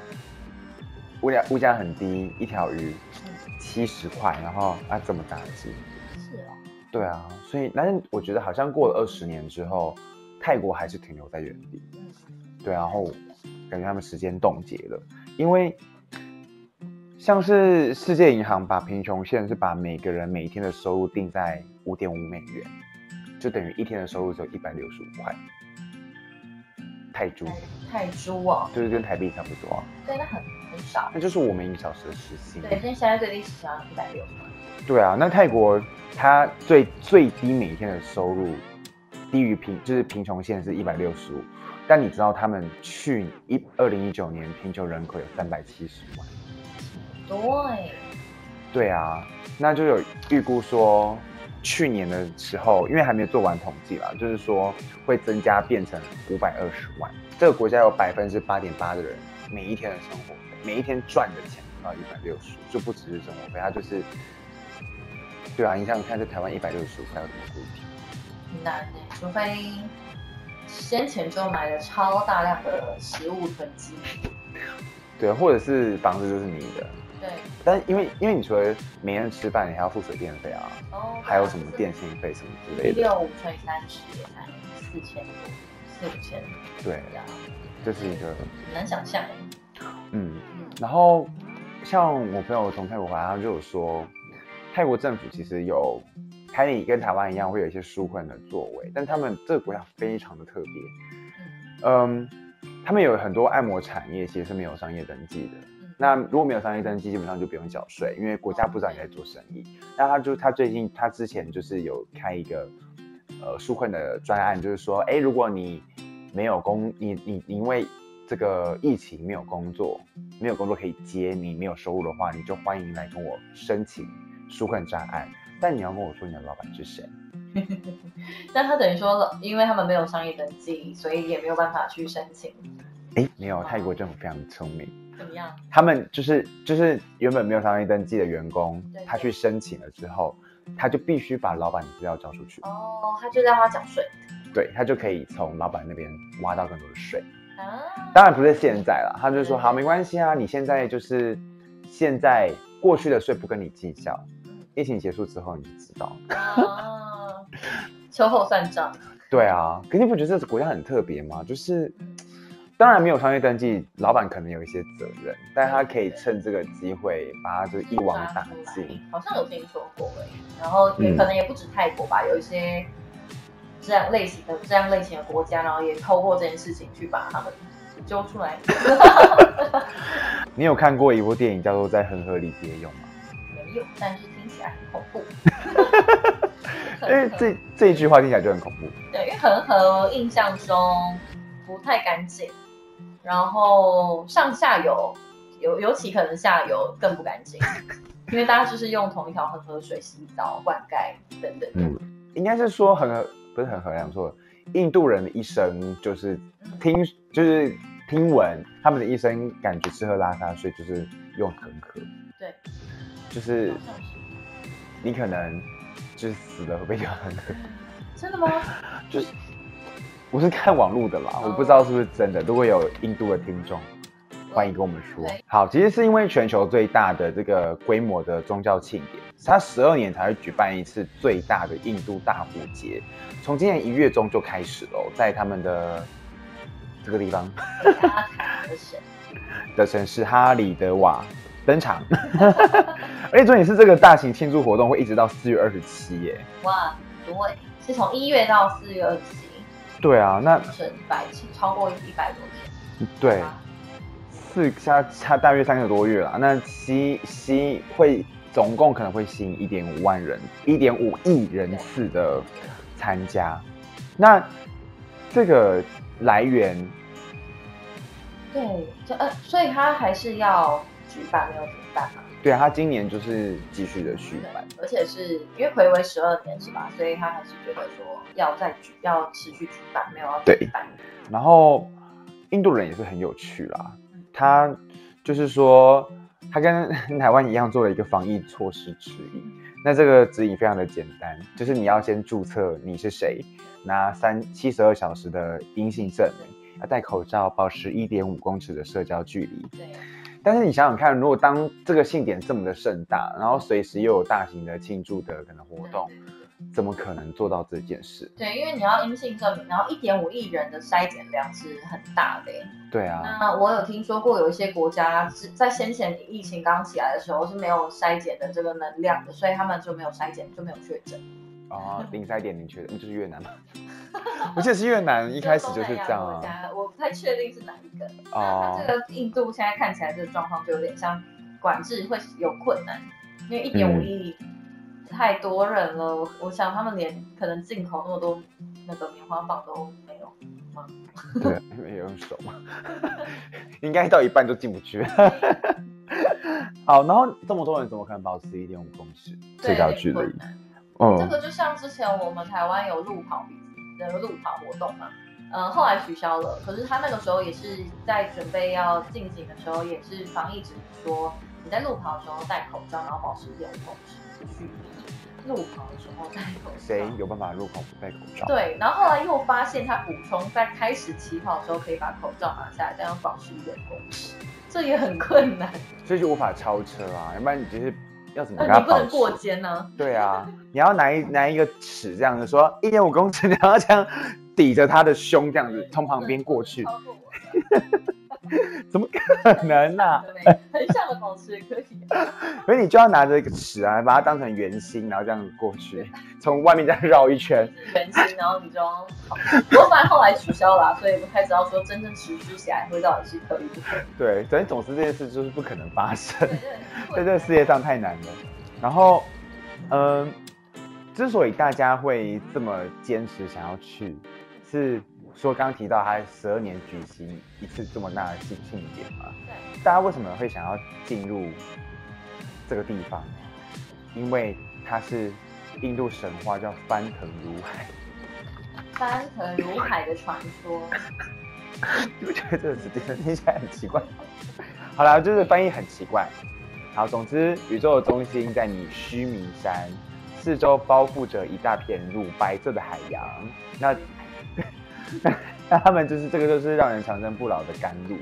Speaker 2: 物价物价很低，一条鱼七十块，然后啊这么大只，
Speaker 3: 是哦，
Speaker 2: 对啊，所以但是我觉得好像过了二十年之后，泰国还是停留在原地。对，然后感觉他们时间冻结了，因为像是世界银行把贫穷线是把每个人每一天的收入定在五点五美元，就等于一天的收入只有一百六十五块泰铢，
Speaker 3: 泰铢哦，
Speaker 2: 就是跟台币差不多啊、
Speaker 3: 对，那很很少。
Speaker 2: 那就是我们一个小时的时薪。
Speaker 3: 对，现在最低时要一百六嘛。
Speaker 2: 对啊，那泰国它最最低每一天的收入低于贫，就是贫穷线是一百六十五，但你知道他们去一二零一九年贫穷人口有三百七十万。
Speaker 3: 对，
Speaker 2: 对啊，那就有预估说，去年的时候，因为还没有做完统计啦，就是说会增加变成五百二十万。这个国家有百分之八点八的人每一天的生活费，每一天赚的钱不到一百六十，就不只是生活费，它就是，对啊，你想想看，在台湾一百六十块要怎么顾及？
Speaker 3: 很难呢，除非先前就买了超大量的食物囤积。
Speaker 2: 对，或者是房子就是你的，
Speaker 3: 对，
Speaker 2: 但因为因为你除了每天吃饭，你还要付水电费啊，
Speaker 3: 哦，
Speaker 2: 还有什么电信费什么之类的，
Speaker 3: 六五乘以三十也才四千多，四五千
Speaker 2: 对，
Speaker 3: 这样，
Speaker 2: 这是一个
Speaker 3: 很难想象。欸
Speaker 2: 嗯。
Speaker 3: 嗯，
Speaker 2: 然后像我朋友从泰国回来，他就有说，泰国政府其实有，台里跟台湾一样会有一些纾困的作为，但他们这个国家非常的特别，嗯，他们有很多按摩产业其实是没有商业登记的。
Speaker 3: 嗯
Speaker 2: 那如果没有商业登记，基本上就不用缴税，因为国家不知道你在做生意。那他就他最近他之前就是有开一个呃纾困的专案，就是说，哎，如果你没有工，你你你因为这个疫情没有工作，没有工作可以接，你没有收入的话，你就欢迎来跟我申请纾困专案。但你要跟我说你的老板是谁？
Speaker 3: 那他等于说，因为他们没有商业登记，所以也没有办法去申请，
Speaker 2: 哎，没有，泰国政府非常聪明。
Speaker 3: 怎么样？
Speaker 2: 他们就是就是原本没有商业登记的员工
Speaker 3: 对，
Speaker 2: 他去申请了之后，他就必须把老板的资料交出去，
Speaker 3: 哦，他就在花缴税
Speaker 2: 对他就可以从老板那边挖到更多的税。
Speaker 3: 啊。
Speaker 2: 当然不是现在啦，他就说
Speaker 3: 对
Speaker 2: 好没关系啊，你现在就是现在过去的税不跟你计较，疫情结束之后你就知道。
Speaker 3: 啊，秋后算账，
Speaker 2: 对啊，可你不觉得这国家很特别吗？就是当然没有商业登记，老板可能有一些责任，但他可以趁这个机会把他就是一网打尽。
Speaker 3: 好像有听说过哎、然后也
Speaker 2: 嗯
Speaker 3: 可能也不止泰国吧，有一些这样类型的这样类型的国家，然后也透过这件事情去把他们揪出来。
Speaker 2: 你有看过一部电影叫做《在恒河里别用》吗？
Speaker 3: 没有，但是听起来很恐 怖。
Speaker 2: 因为哎这这一句话听起来就很恐怖。
Speaker 3: 对，因为恒河印象中不太干净，然后上下游尤尤其可能下游更不干净，因为大家就是用同一条恒河水洗澡、灌溉等等的。
Speaker 2: 嗯应该是说恒河不是恒河量说，印度人的一生就是
Speaker 3: 嗯
Speaker 2: 听就是听闻他们的一生，感觉吃喝拉撒睡就是用恒河，
Speaker 3: 对，
Speaker 2: 就是
Speaker 3: 好像是
Speaker 2: 你可能就是死了会被用恒河。
Speaker 3: 真的吗？
Speaker 2: 就是我是看网络的啦，
Speaker 3: 哦
Speaker 2: 我不知道是不是真的。如果有印度的听众，欢迎跟我们说
Speaker 1: 对。
Speaker 2: 好，其实是因为全球最大的这个规模的宗教庆典，它十二年才会举办一次最大的印度大壶节，从今年一月中就开始了，在他们的这个地方
Speaker 1: 阿卡的神，
Speaker 2: 的城市哈里德瓦登场， 而且重点是这个大型庆祝活动会一直到四月二十七耶。
Speaker 1: 哇，对，是从一月到四月二十七，
Speaker 2: 对啊，那
Speaker 1: 整一百超过一百多天。
Speaker 2: 对
Speaker 1: 哇
Speaker 2: 四差差大约三个多月啦，那吸吸会总共可能会吸引一点五万人，一点五亿人次的参加。那这个来源
Speaker 1: 对，就呃，所以他还是要举办，没有举办嘛。
Speaker 2: 对啊，他今年就是继续的续办，
Speaker 1: 而且是因为回违十二年是吧？所以他还是觉得说要再举，要持续举办，没有要举办。
Speaker 2: 然后印度人也是很有趣啦，他就是说他跟 台湾一样做了一个防疫措施指引。那这个指引非常的简单，就是你要先注册你是谁，拿三七十二小时的阴性证明，要戴口罩，保持一点五公尺的社交距离。
Speaker 1: 对，
Speaker 2: 但是你想想看，如果当这个庆典这么的盛大，然后随时又有大型的庆祝的可能活动，
Speaker 1: 对
Speaker 2: 怎么可能做到这件事？
Speaker 1: 对，因为你要阴性证明，然后一点五亿人的筛检量是很大的耶。
Speaker 2: 对啊，
Speaker 1: 那我有听说过有一些国家是在先前疫情刚起来的时候是没有筛检的这个能量的，所以他们就没有筛检，就没有确诊。
Speaker 2: 哦，零三点零确定就是越南吗？我记得是越南，一开始就是这样
Speaker 1: 东南亚国
Speaker 2: 啊。
Speaker 1: 家啊我不太确定是哪一个。那它
Speaker 2: 哦，
Speaker 1: 这个印度现在看起来这个状况就有点像管制会有困难，因为一点五
Speaker 2: 嗯
Speaker 1: 亿太多人了，我我想他们连可能进口那么多那个棉花棒都没有。
Speaker 2: 对，因为有用手嘛， 应该到一半就进不去。好，然后这么多人怎么可能保持一点五公尺
Speaker 1: 对
Speaker 2: 最高距
Speaker 1: 困
Speaker 2: 离？
Speaker 1: 难哦这
Speaker 2: 嗯，
Speaker 1: 个就像之前我们台湾有路跑比那个路跑活动嘛，呃，后来取消了。可是他那个时候也是在准备要进行的时候，也是防疫指引说你在路跑的时候戴口罩，然后保持点五公尺的距离。路跑的时候戴口罩。
Speaker 2: 谁有办法入口不戴口罩？，
Speaker 1: 对，然后后来又发现他补充，在开始起跑的时候可以把口罩拿下来，但要保持远公尺，这也很困难。
Speaker 2: 所以就无法超车啊，要不然你就是要怎么
Speaker 1: 呃，
Speaker 2: 跟他
Speaker 1: 你不
Speaker 2: 保
Speaker 1: 能过
Speaker 2: 持？
Speaker 1: 肩呢、
Speaker 2: 对啊，你要拿一拿一个尺这样子说一点五公尺，然 后这样抵着他的胸这样子从旁边过去
Speaker 1: 不，能超过我的
Speaker 2: 怎么可能啊？
Speaker 1: 对很像的保持也可以、
Speaker 2: 所以你就要拿着一个尺啊，把它当成圆心，然后这样过去，从外面再绕一圈。
Speaker 1: 全新，然后你就要跑。不过反正后来取消了啊、所以不太知道说真正持续起来会到底是可以不可以。
Speaker 2: 对，反正总之这件事就是不可能发生，在
Speaker 1: 对
Speaker 2: 这个世界，上太难了。然后，嗯、之所以大家会这么坚持想要去，是说刚刚提到他十二年举行一次这么大的庆庆典嘛，
Speaker 1: 对
Speaker 2: 大家为什么会想要进入这个地方？因为它是印度神话叫翻腾如海。
Speaker 1: 翻腾如海的传说，
Speaker 2: 我觉得这个词真的听起来很奇怪。好啦，就是翻译很奇怪。好，总之宇宙的中心在你须弥山，四周包覆着一大片乳白色的海洋。那那他们就是这个，就是让人长生不老的甘露。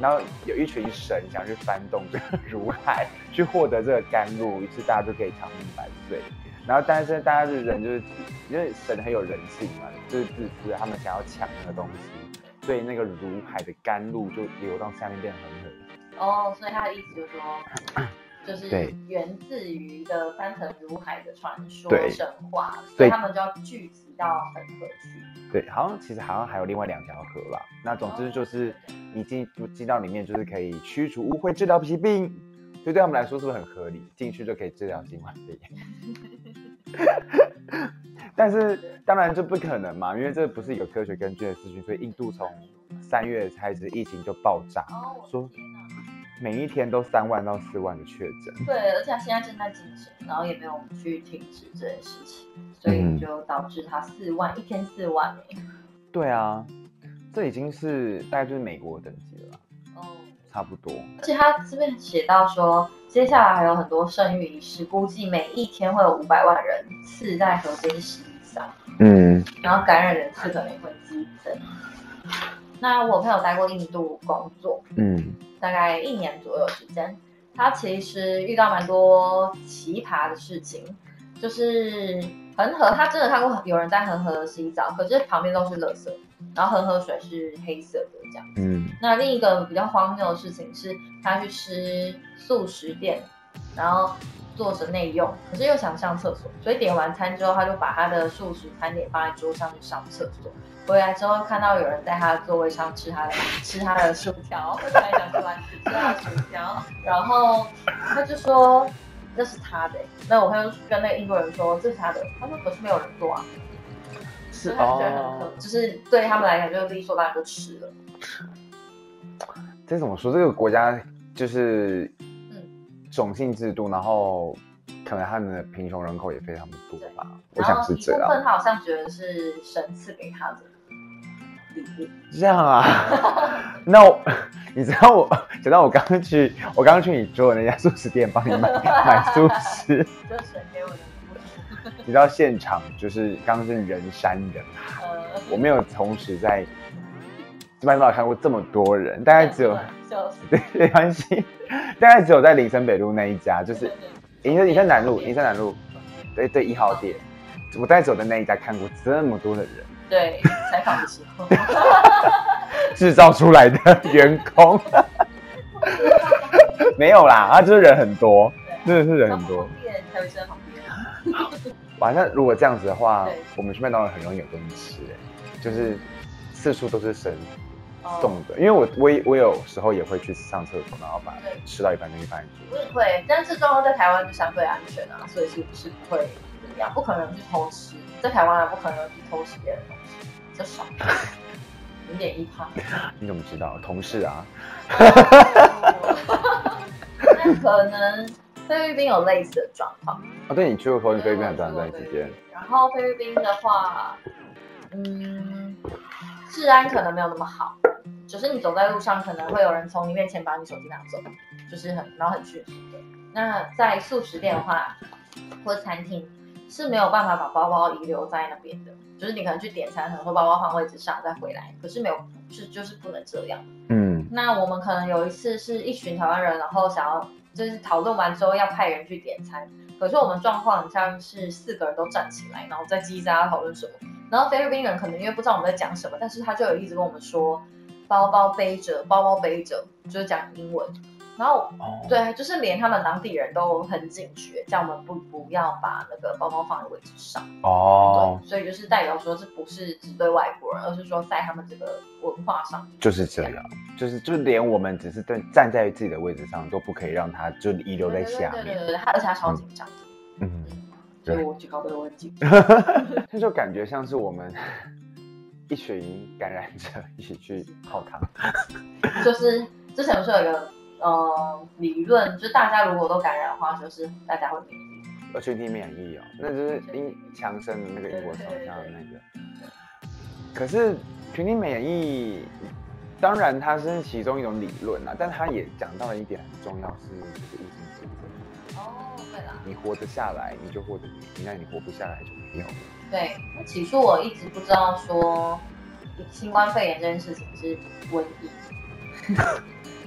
Speaker 2: 然后有一群神想去翻动这个如海，去获得这个甘露，于是大家就可以长命百岁。然后，但是大家的人就是，因为神很有人性嘛，就是自私，他们想要抢那个东西，所以那个如海的甘露就流到下面变很冷。
Speaker 1: 哦，所以他的意思就是说，就是
Speaker 2: 对
Speaker 1: 源自于一个翻腾如海的传说
Speaker 2: 对
Speaker 1: 神话，所
Speaker 2: 对
Speaker 1: 以他们就要聚集到恒河去。
Speaker 2: 对，好像其实好像还有另外两条河吧。那总之就是你进进到里面，就是可以驱除污秽、治疗皮病，所以对他们来说是不是很合理？进去就可以治疗新冠肺炎。 但是当然这不可能嘛，因为这不是有科学根据的事情，所以印度从三月开始疫情就爆炸，
Speaker 1: 哦，我
Speaker 2: 说
Speaker 1: 的天哪！
Speaker 2: 每一天都三万到四万的确诊。
Speaker 1: 对，而且他现在正在进行，然后也没有去停止这件事情，所以
Speaker 2: 嗯
Speaker 1: 就导致他四万一天四万哎、
Speaker 2: 对啊，这已经是大概就是美国等级了啦，
Speaker 1: 哦，
Speaker 2: 差不多。
Speaker 1: 而且他这边写到说，接下来还有很多圣域仪式，估计每一天会有五百万人次在河边洗澡，
Speaker 2: 嗯，
Speaker 1: 然后感染人次可能也会激增。那我朋友待过印度工作，
Speaker 2: 嗯，
Speaker 1: 大概一年左右时间，他其实遇到蛮多奇葩的事情，就是恒河，他真的看过有人在恒河洗澡，可是旁边都是垃圾，然后恒河水是黑色的这样。
Speaker 2: 嗯，
Speaker 1: 那另一个比较荒谬的事情是，他去吃素食店，然后做成内用，可是又想上厕所，所以点完餐之后，他就把他的素食餐点放在桌上去上厕所。回来之后看到有人在他的座位上吃他的吃他的薯条，我本来想说完吃他的薯条，然后他就说这是他的、欸那我朋友就跟那个英国人说这是他的，他说可是没有人做啊，
Speaker 2: 是
Speaker 1: 所以他就觉得很可，
Speaker 2: 哦，
Speaker 1: 就是对他们来讲就是理所当然就吃了。
Speaker 2: 这怎么说？这个国家就是
Speaker 1: 嗯
Speaker 2: 种姓制度，然后可能他们的贫穷人口也非常的多吧，我
Speaker 1: 然
Speaker 2: 想
Speaker 1: 后
Speaker 2: 是
Speaker 1: 一
Speaker 2: 这
Speaker 1: 部分
Speaker 2: 样。
Speaker 1: 他好像觉得是神赐给他的礼物，
Speaker 2: 这样啊？ 那我， 你知道我，直到我刚刚去，我刚刚去你做的那家素食店帮你买买素食，
Speaker 1: 就是神给我的礼
Speaker 2: 你知道现场就是刚刚是人山人海。
Speaker 1: 物。呃，
Speaker 2: 我没有同时在
Speaker 1: 嗯
Speaker 2: 麦当劳看过这么多人，大概只有
Speaker 1: 就是
Speaker 2: 没关系，大概只有在林森北路那一家， 就是林森林森南路林森南路，对对一号店，我大概只有在那一家看过这么多的人，
Speaker 1: 对采访的时候，
Speaker 2: 制造出来的 员工，没有啦，他就是人很多，真的是人很多。
Speaker 1: 店才会在旁边。
Speaker 2: 哇，那如果这样子的话
Speaker 1: 对，
Speaker 2: 我们去麦当劳很容易有东西吃、欸，就是四处都是神
Speaker 1: 哦
Speaker 2: 送的。因为我我也我有时候也会去上厕所，然后把
Speaker 1: 对
Speaker 2: 吃到一半东西放在桌
Speaker 1: 我也会，但是状况在台湾就相对安全啊，所以是是不会怎么样，不可能去偷吃，在台湾啊不可能去偷吃别人的东西，比较少，零点一 趴。
Speaker 2: 上，你怎么知道？同事啊，
Speaker 1: 那可能菲律宾有类似的状况。
Speaker 2: 哦，对你去过菲律宾很短暂时间，
Speaker 1: 然后菲律宾的话，嗯，治安可能没有那么好，只是你走在路上，可能会有人从你面前把你手机拿走，就是很然后很迅速的。那在素食店的话，或餐厅是没有办法把包包遗留在那边的，就是你可能去点餐，可能会包包放位置上再回来，可是没有，就就是不能这样。
Speaker 2: 嗯，
Speaker 1: 那我们可能有一次是一群台湾人，然后想要就是讨论完之后要派人去点餐，可是我们状况很像是四个人都站起来，然后在叽叽喳喳讨论什么。然后菲律宾人可能因为不知道我们在讲什么，但是他就有一直跟我们说包包背着，包包背着，就是讲英文。然后
Speaker 2: 哦，
Speaker 1: 对，就是连他们当地人都很警觉，叫我们不不要把那个包包放在位置上。
Speaker 2: 哦，
Speaker 1: 对，所以就是代表说这不是只对外国人，而是说在他们这个文化上。
Speaker 2: 就是这样，就是就连我们只是站站在自己的位置上都不可以让它就遗留在下
Speaker 1: 对对
Speaker 2: 面，
Speaker 1: 对对对，他而且他超紧张的，
Speaker 2: 嗯，
Speaker 1: 所以
Speaker 2: 对
Speaker 1: 我去搞这个问题。
Speaker 2: 这就感觉像是我们 一群感染者一起去泡汤。
Speaker 1: 就是之前不是有一个呃理论，就是大家如果都感染的话，就是大家会免疫。
Speaker 2: 呃，群体免疫哦，那就是英强生的那个英国首相的那个。可是群体免疫，当然它是其中一种理论啦，但它也讲到了一点很重要，是就是疫情指责，
Speaker 1: 哦，对啦，
Speaker 2: 你活得下来，你就获得免疫；那你活不下来就没有了。
Speaker 1: 对。那起初我一直不知道说新冠肺炎这件事情是瘟疫，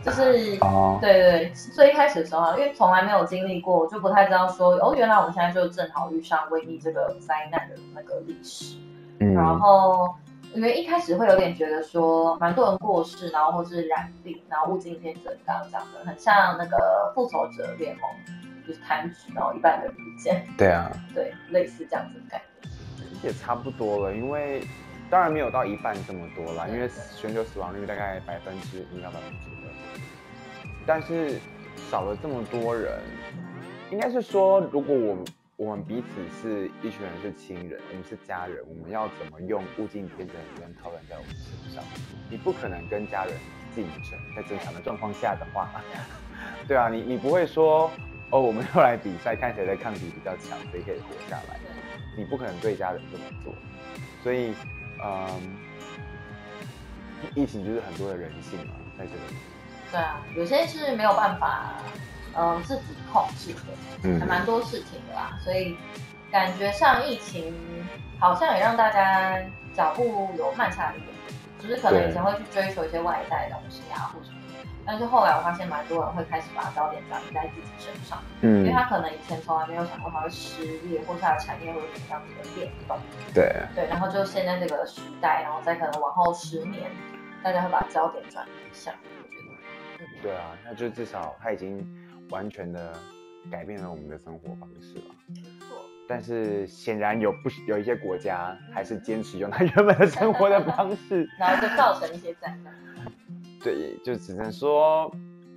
Speaker 1: 就是。
Speaker 2: 哦，
Speaker 1: 对对对，最一开始的时候啊，因为从来没有经历过，我就不太知道说，哦，原来我们现在就正好遇上瘟疫这个灾难的那个历史。
Speaker 2: 嗯
Speaker 1: 然后因为一开始会有点觉得说，蛮多人过世，然后或是染病，然后物竞天择，刚刚讲的，很像那个复仇者联盟，就是弹指，然后一半人不见，
Speaker 2: 对啊，
Speaker 1: 对，类似这样子的概念。
Speaker 2: 也差不多了，因为当然没有到一半这么多啦，因为全球死亡率大概百分之一到百分之二，但是少了这么多人，应该是说，如果我们我们彼此是一群人是亲人，我们是家人，我们要怎么用物竞天择的理论套用在我们身上？你不可能跟家人竞争，在正常的状况下的话， 对啊，你你不会说哦，我们又来比赛，看谁的抗体比较强，谁可以活下来。你不可能对家人这么做，所以，嗯，疫情就是很多的人性嘛，在这个里
Speaker 1: 对啊，有些是没有办法，嗯、自己控制的，还蛮多事情的啦，所以感觉上疫情好像也让大家脚步有慢下来一点。就是可能以前会去追求一些外在的东西啊，或者什么。但是后来我发现，蛮多人会开始把焦点转移在自己身上，因为
Speaker 2: 嗯，
Speaker 1: 他可能以前从来没有想过他会失业，或是他的产业会有什么样子的变动。
Speaker 2: 对，
Speaker 1: 对，然后就现在这个时代，然后再可能往后十年，大家会把焦点转移一下，我觉得。
Speaker 2: 对啊，那就至少他已经完全的改变了我们的生活方式了。但是显然有不有一些国家还是坚持用他原本的生活的方式，
Speaker 1: 然后就造成一些灾难。
Speaker 2: 对，就只能说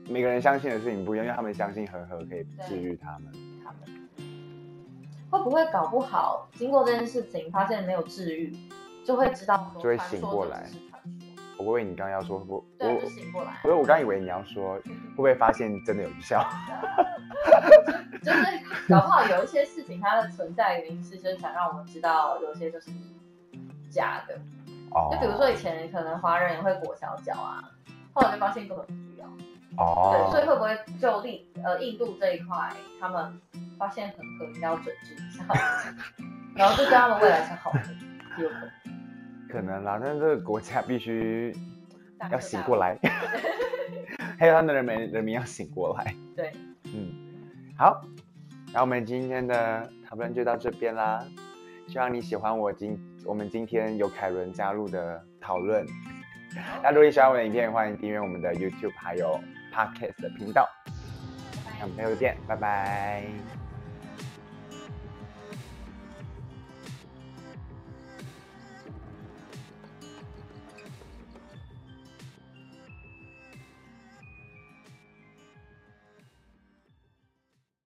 Speaker 2: 每个人相信的事情不一样，因为他们相信恒河可以治愈他们。
Speaker 1: 他们会不会搞不好，经过这件事情，发现没有治愈，就会知道说
Speaker 2: 就会
Speaker 1: 传
Speaker 2: 醒
Speaker 1: 说
Speaker 2: 过
Speaker 1: 只
Speaker 2: 来
Speaker 1: 是传说
Speaker 2: 我以为你刚刚要说，我
Speaker 1: 对啊，
Speaker 2: 我
Speaker 1: 就醒过来，
Speaker 2: 我我刚以为你要说会不会发现真的有效？
Speaker 1: 就是搞不好有一些事情它的存在原因是，就是想让我们知道有些就是假的。
Speaker 2: 哦
Speaker 1: 就比如说以前可能华人也会裹小脚啊，后来就发现根本不需要。对，所以
Speaker 2: 哦，
Speaker 1: 会不会就印呃印度这一块，他们发现很可能要整治一 下，然后就对他们未来是好的，也有可能。
Speaker 2: 可能啦，但是这个国家必须
Speaker 1: 大
Speaker 2: 要
Speaker 1: 彻
Speaker 2: 醒
Speaker 1: 大
Speaker 2: 过
Speaker 1: 悟。
Speaker 2: 来，还有他们的人民人民要醒过来。
Speaker 1: 对，
Speaker 2: 嗯，好，那我们今天的讨论就到这边啦。希望你喜欢我今我们今天有凯伦加入的讨论。那如果你喜欢我们的影片，欢迎订阅我们的 YouTube 还有 Podcast 的频道。那我们下次见，拜拜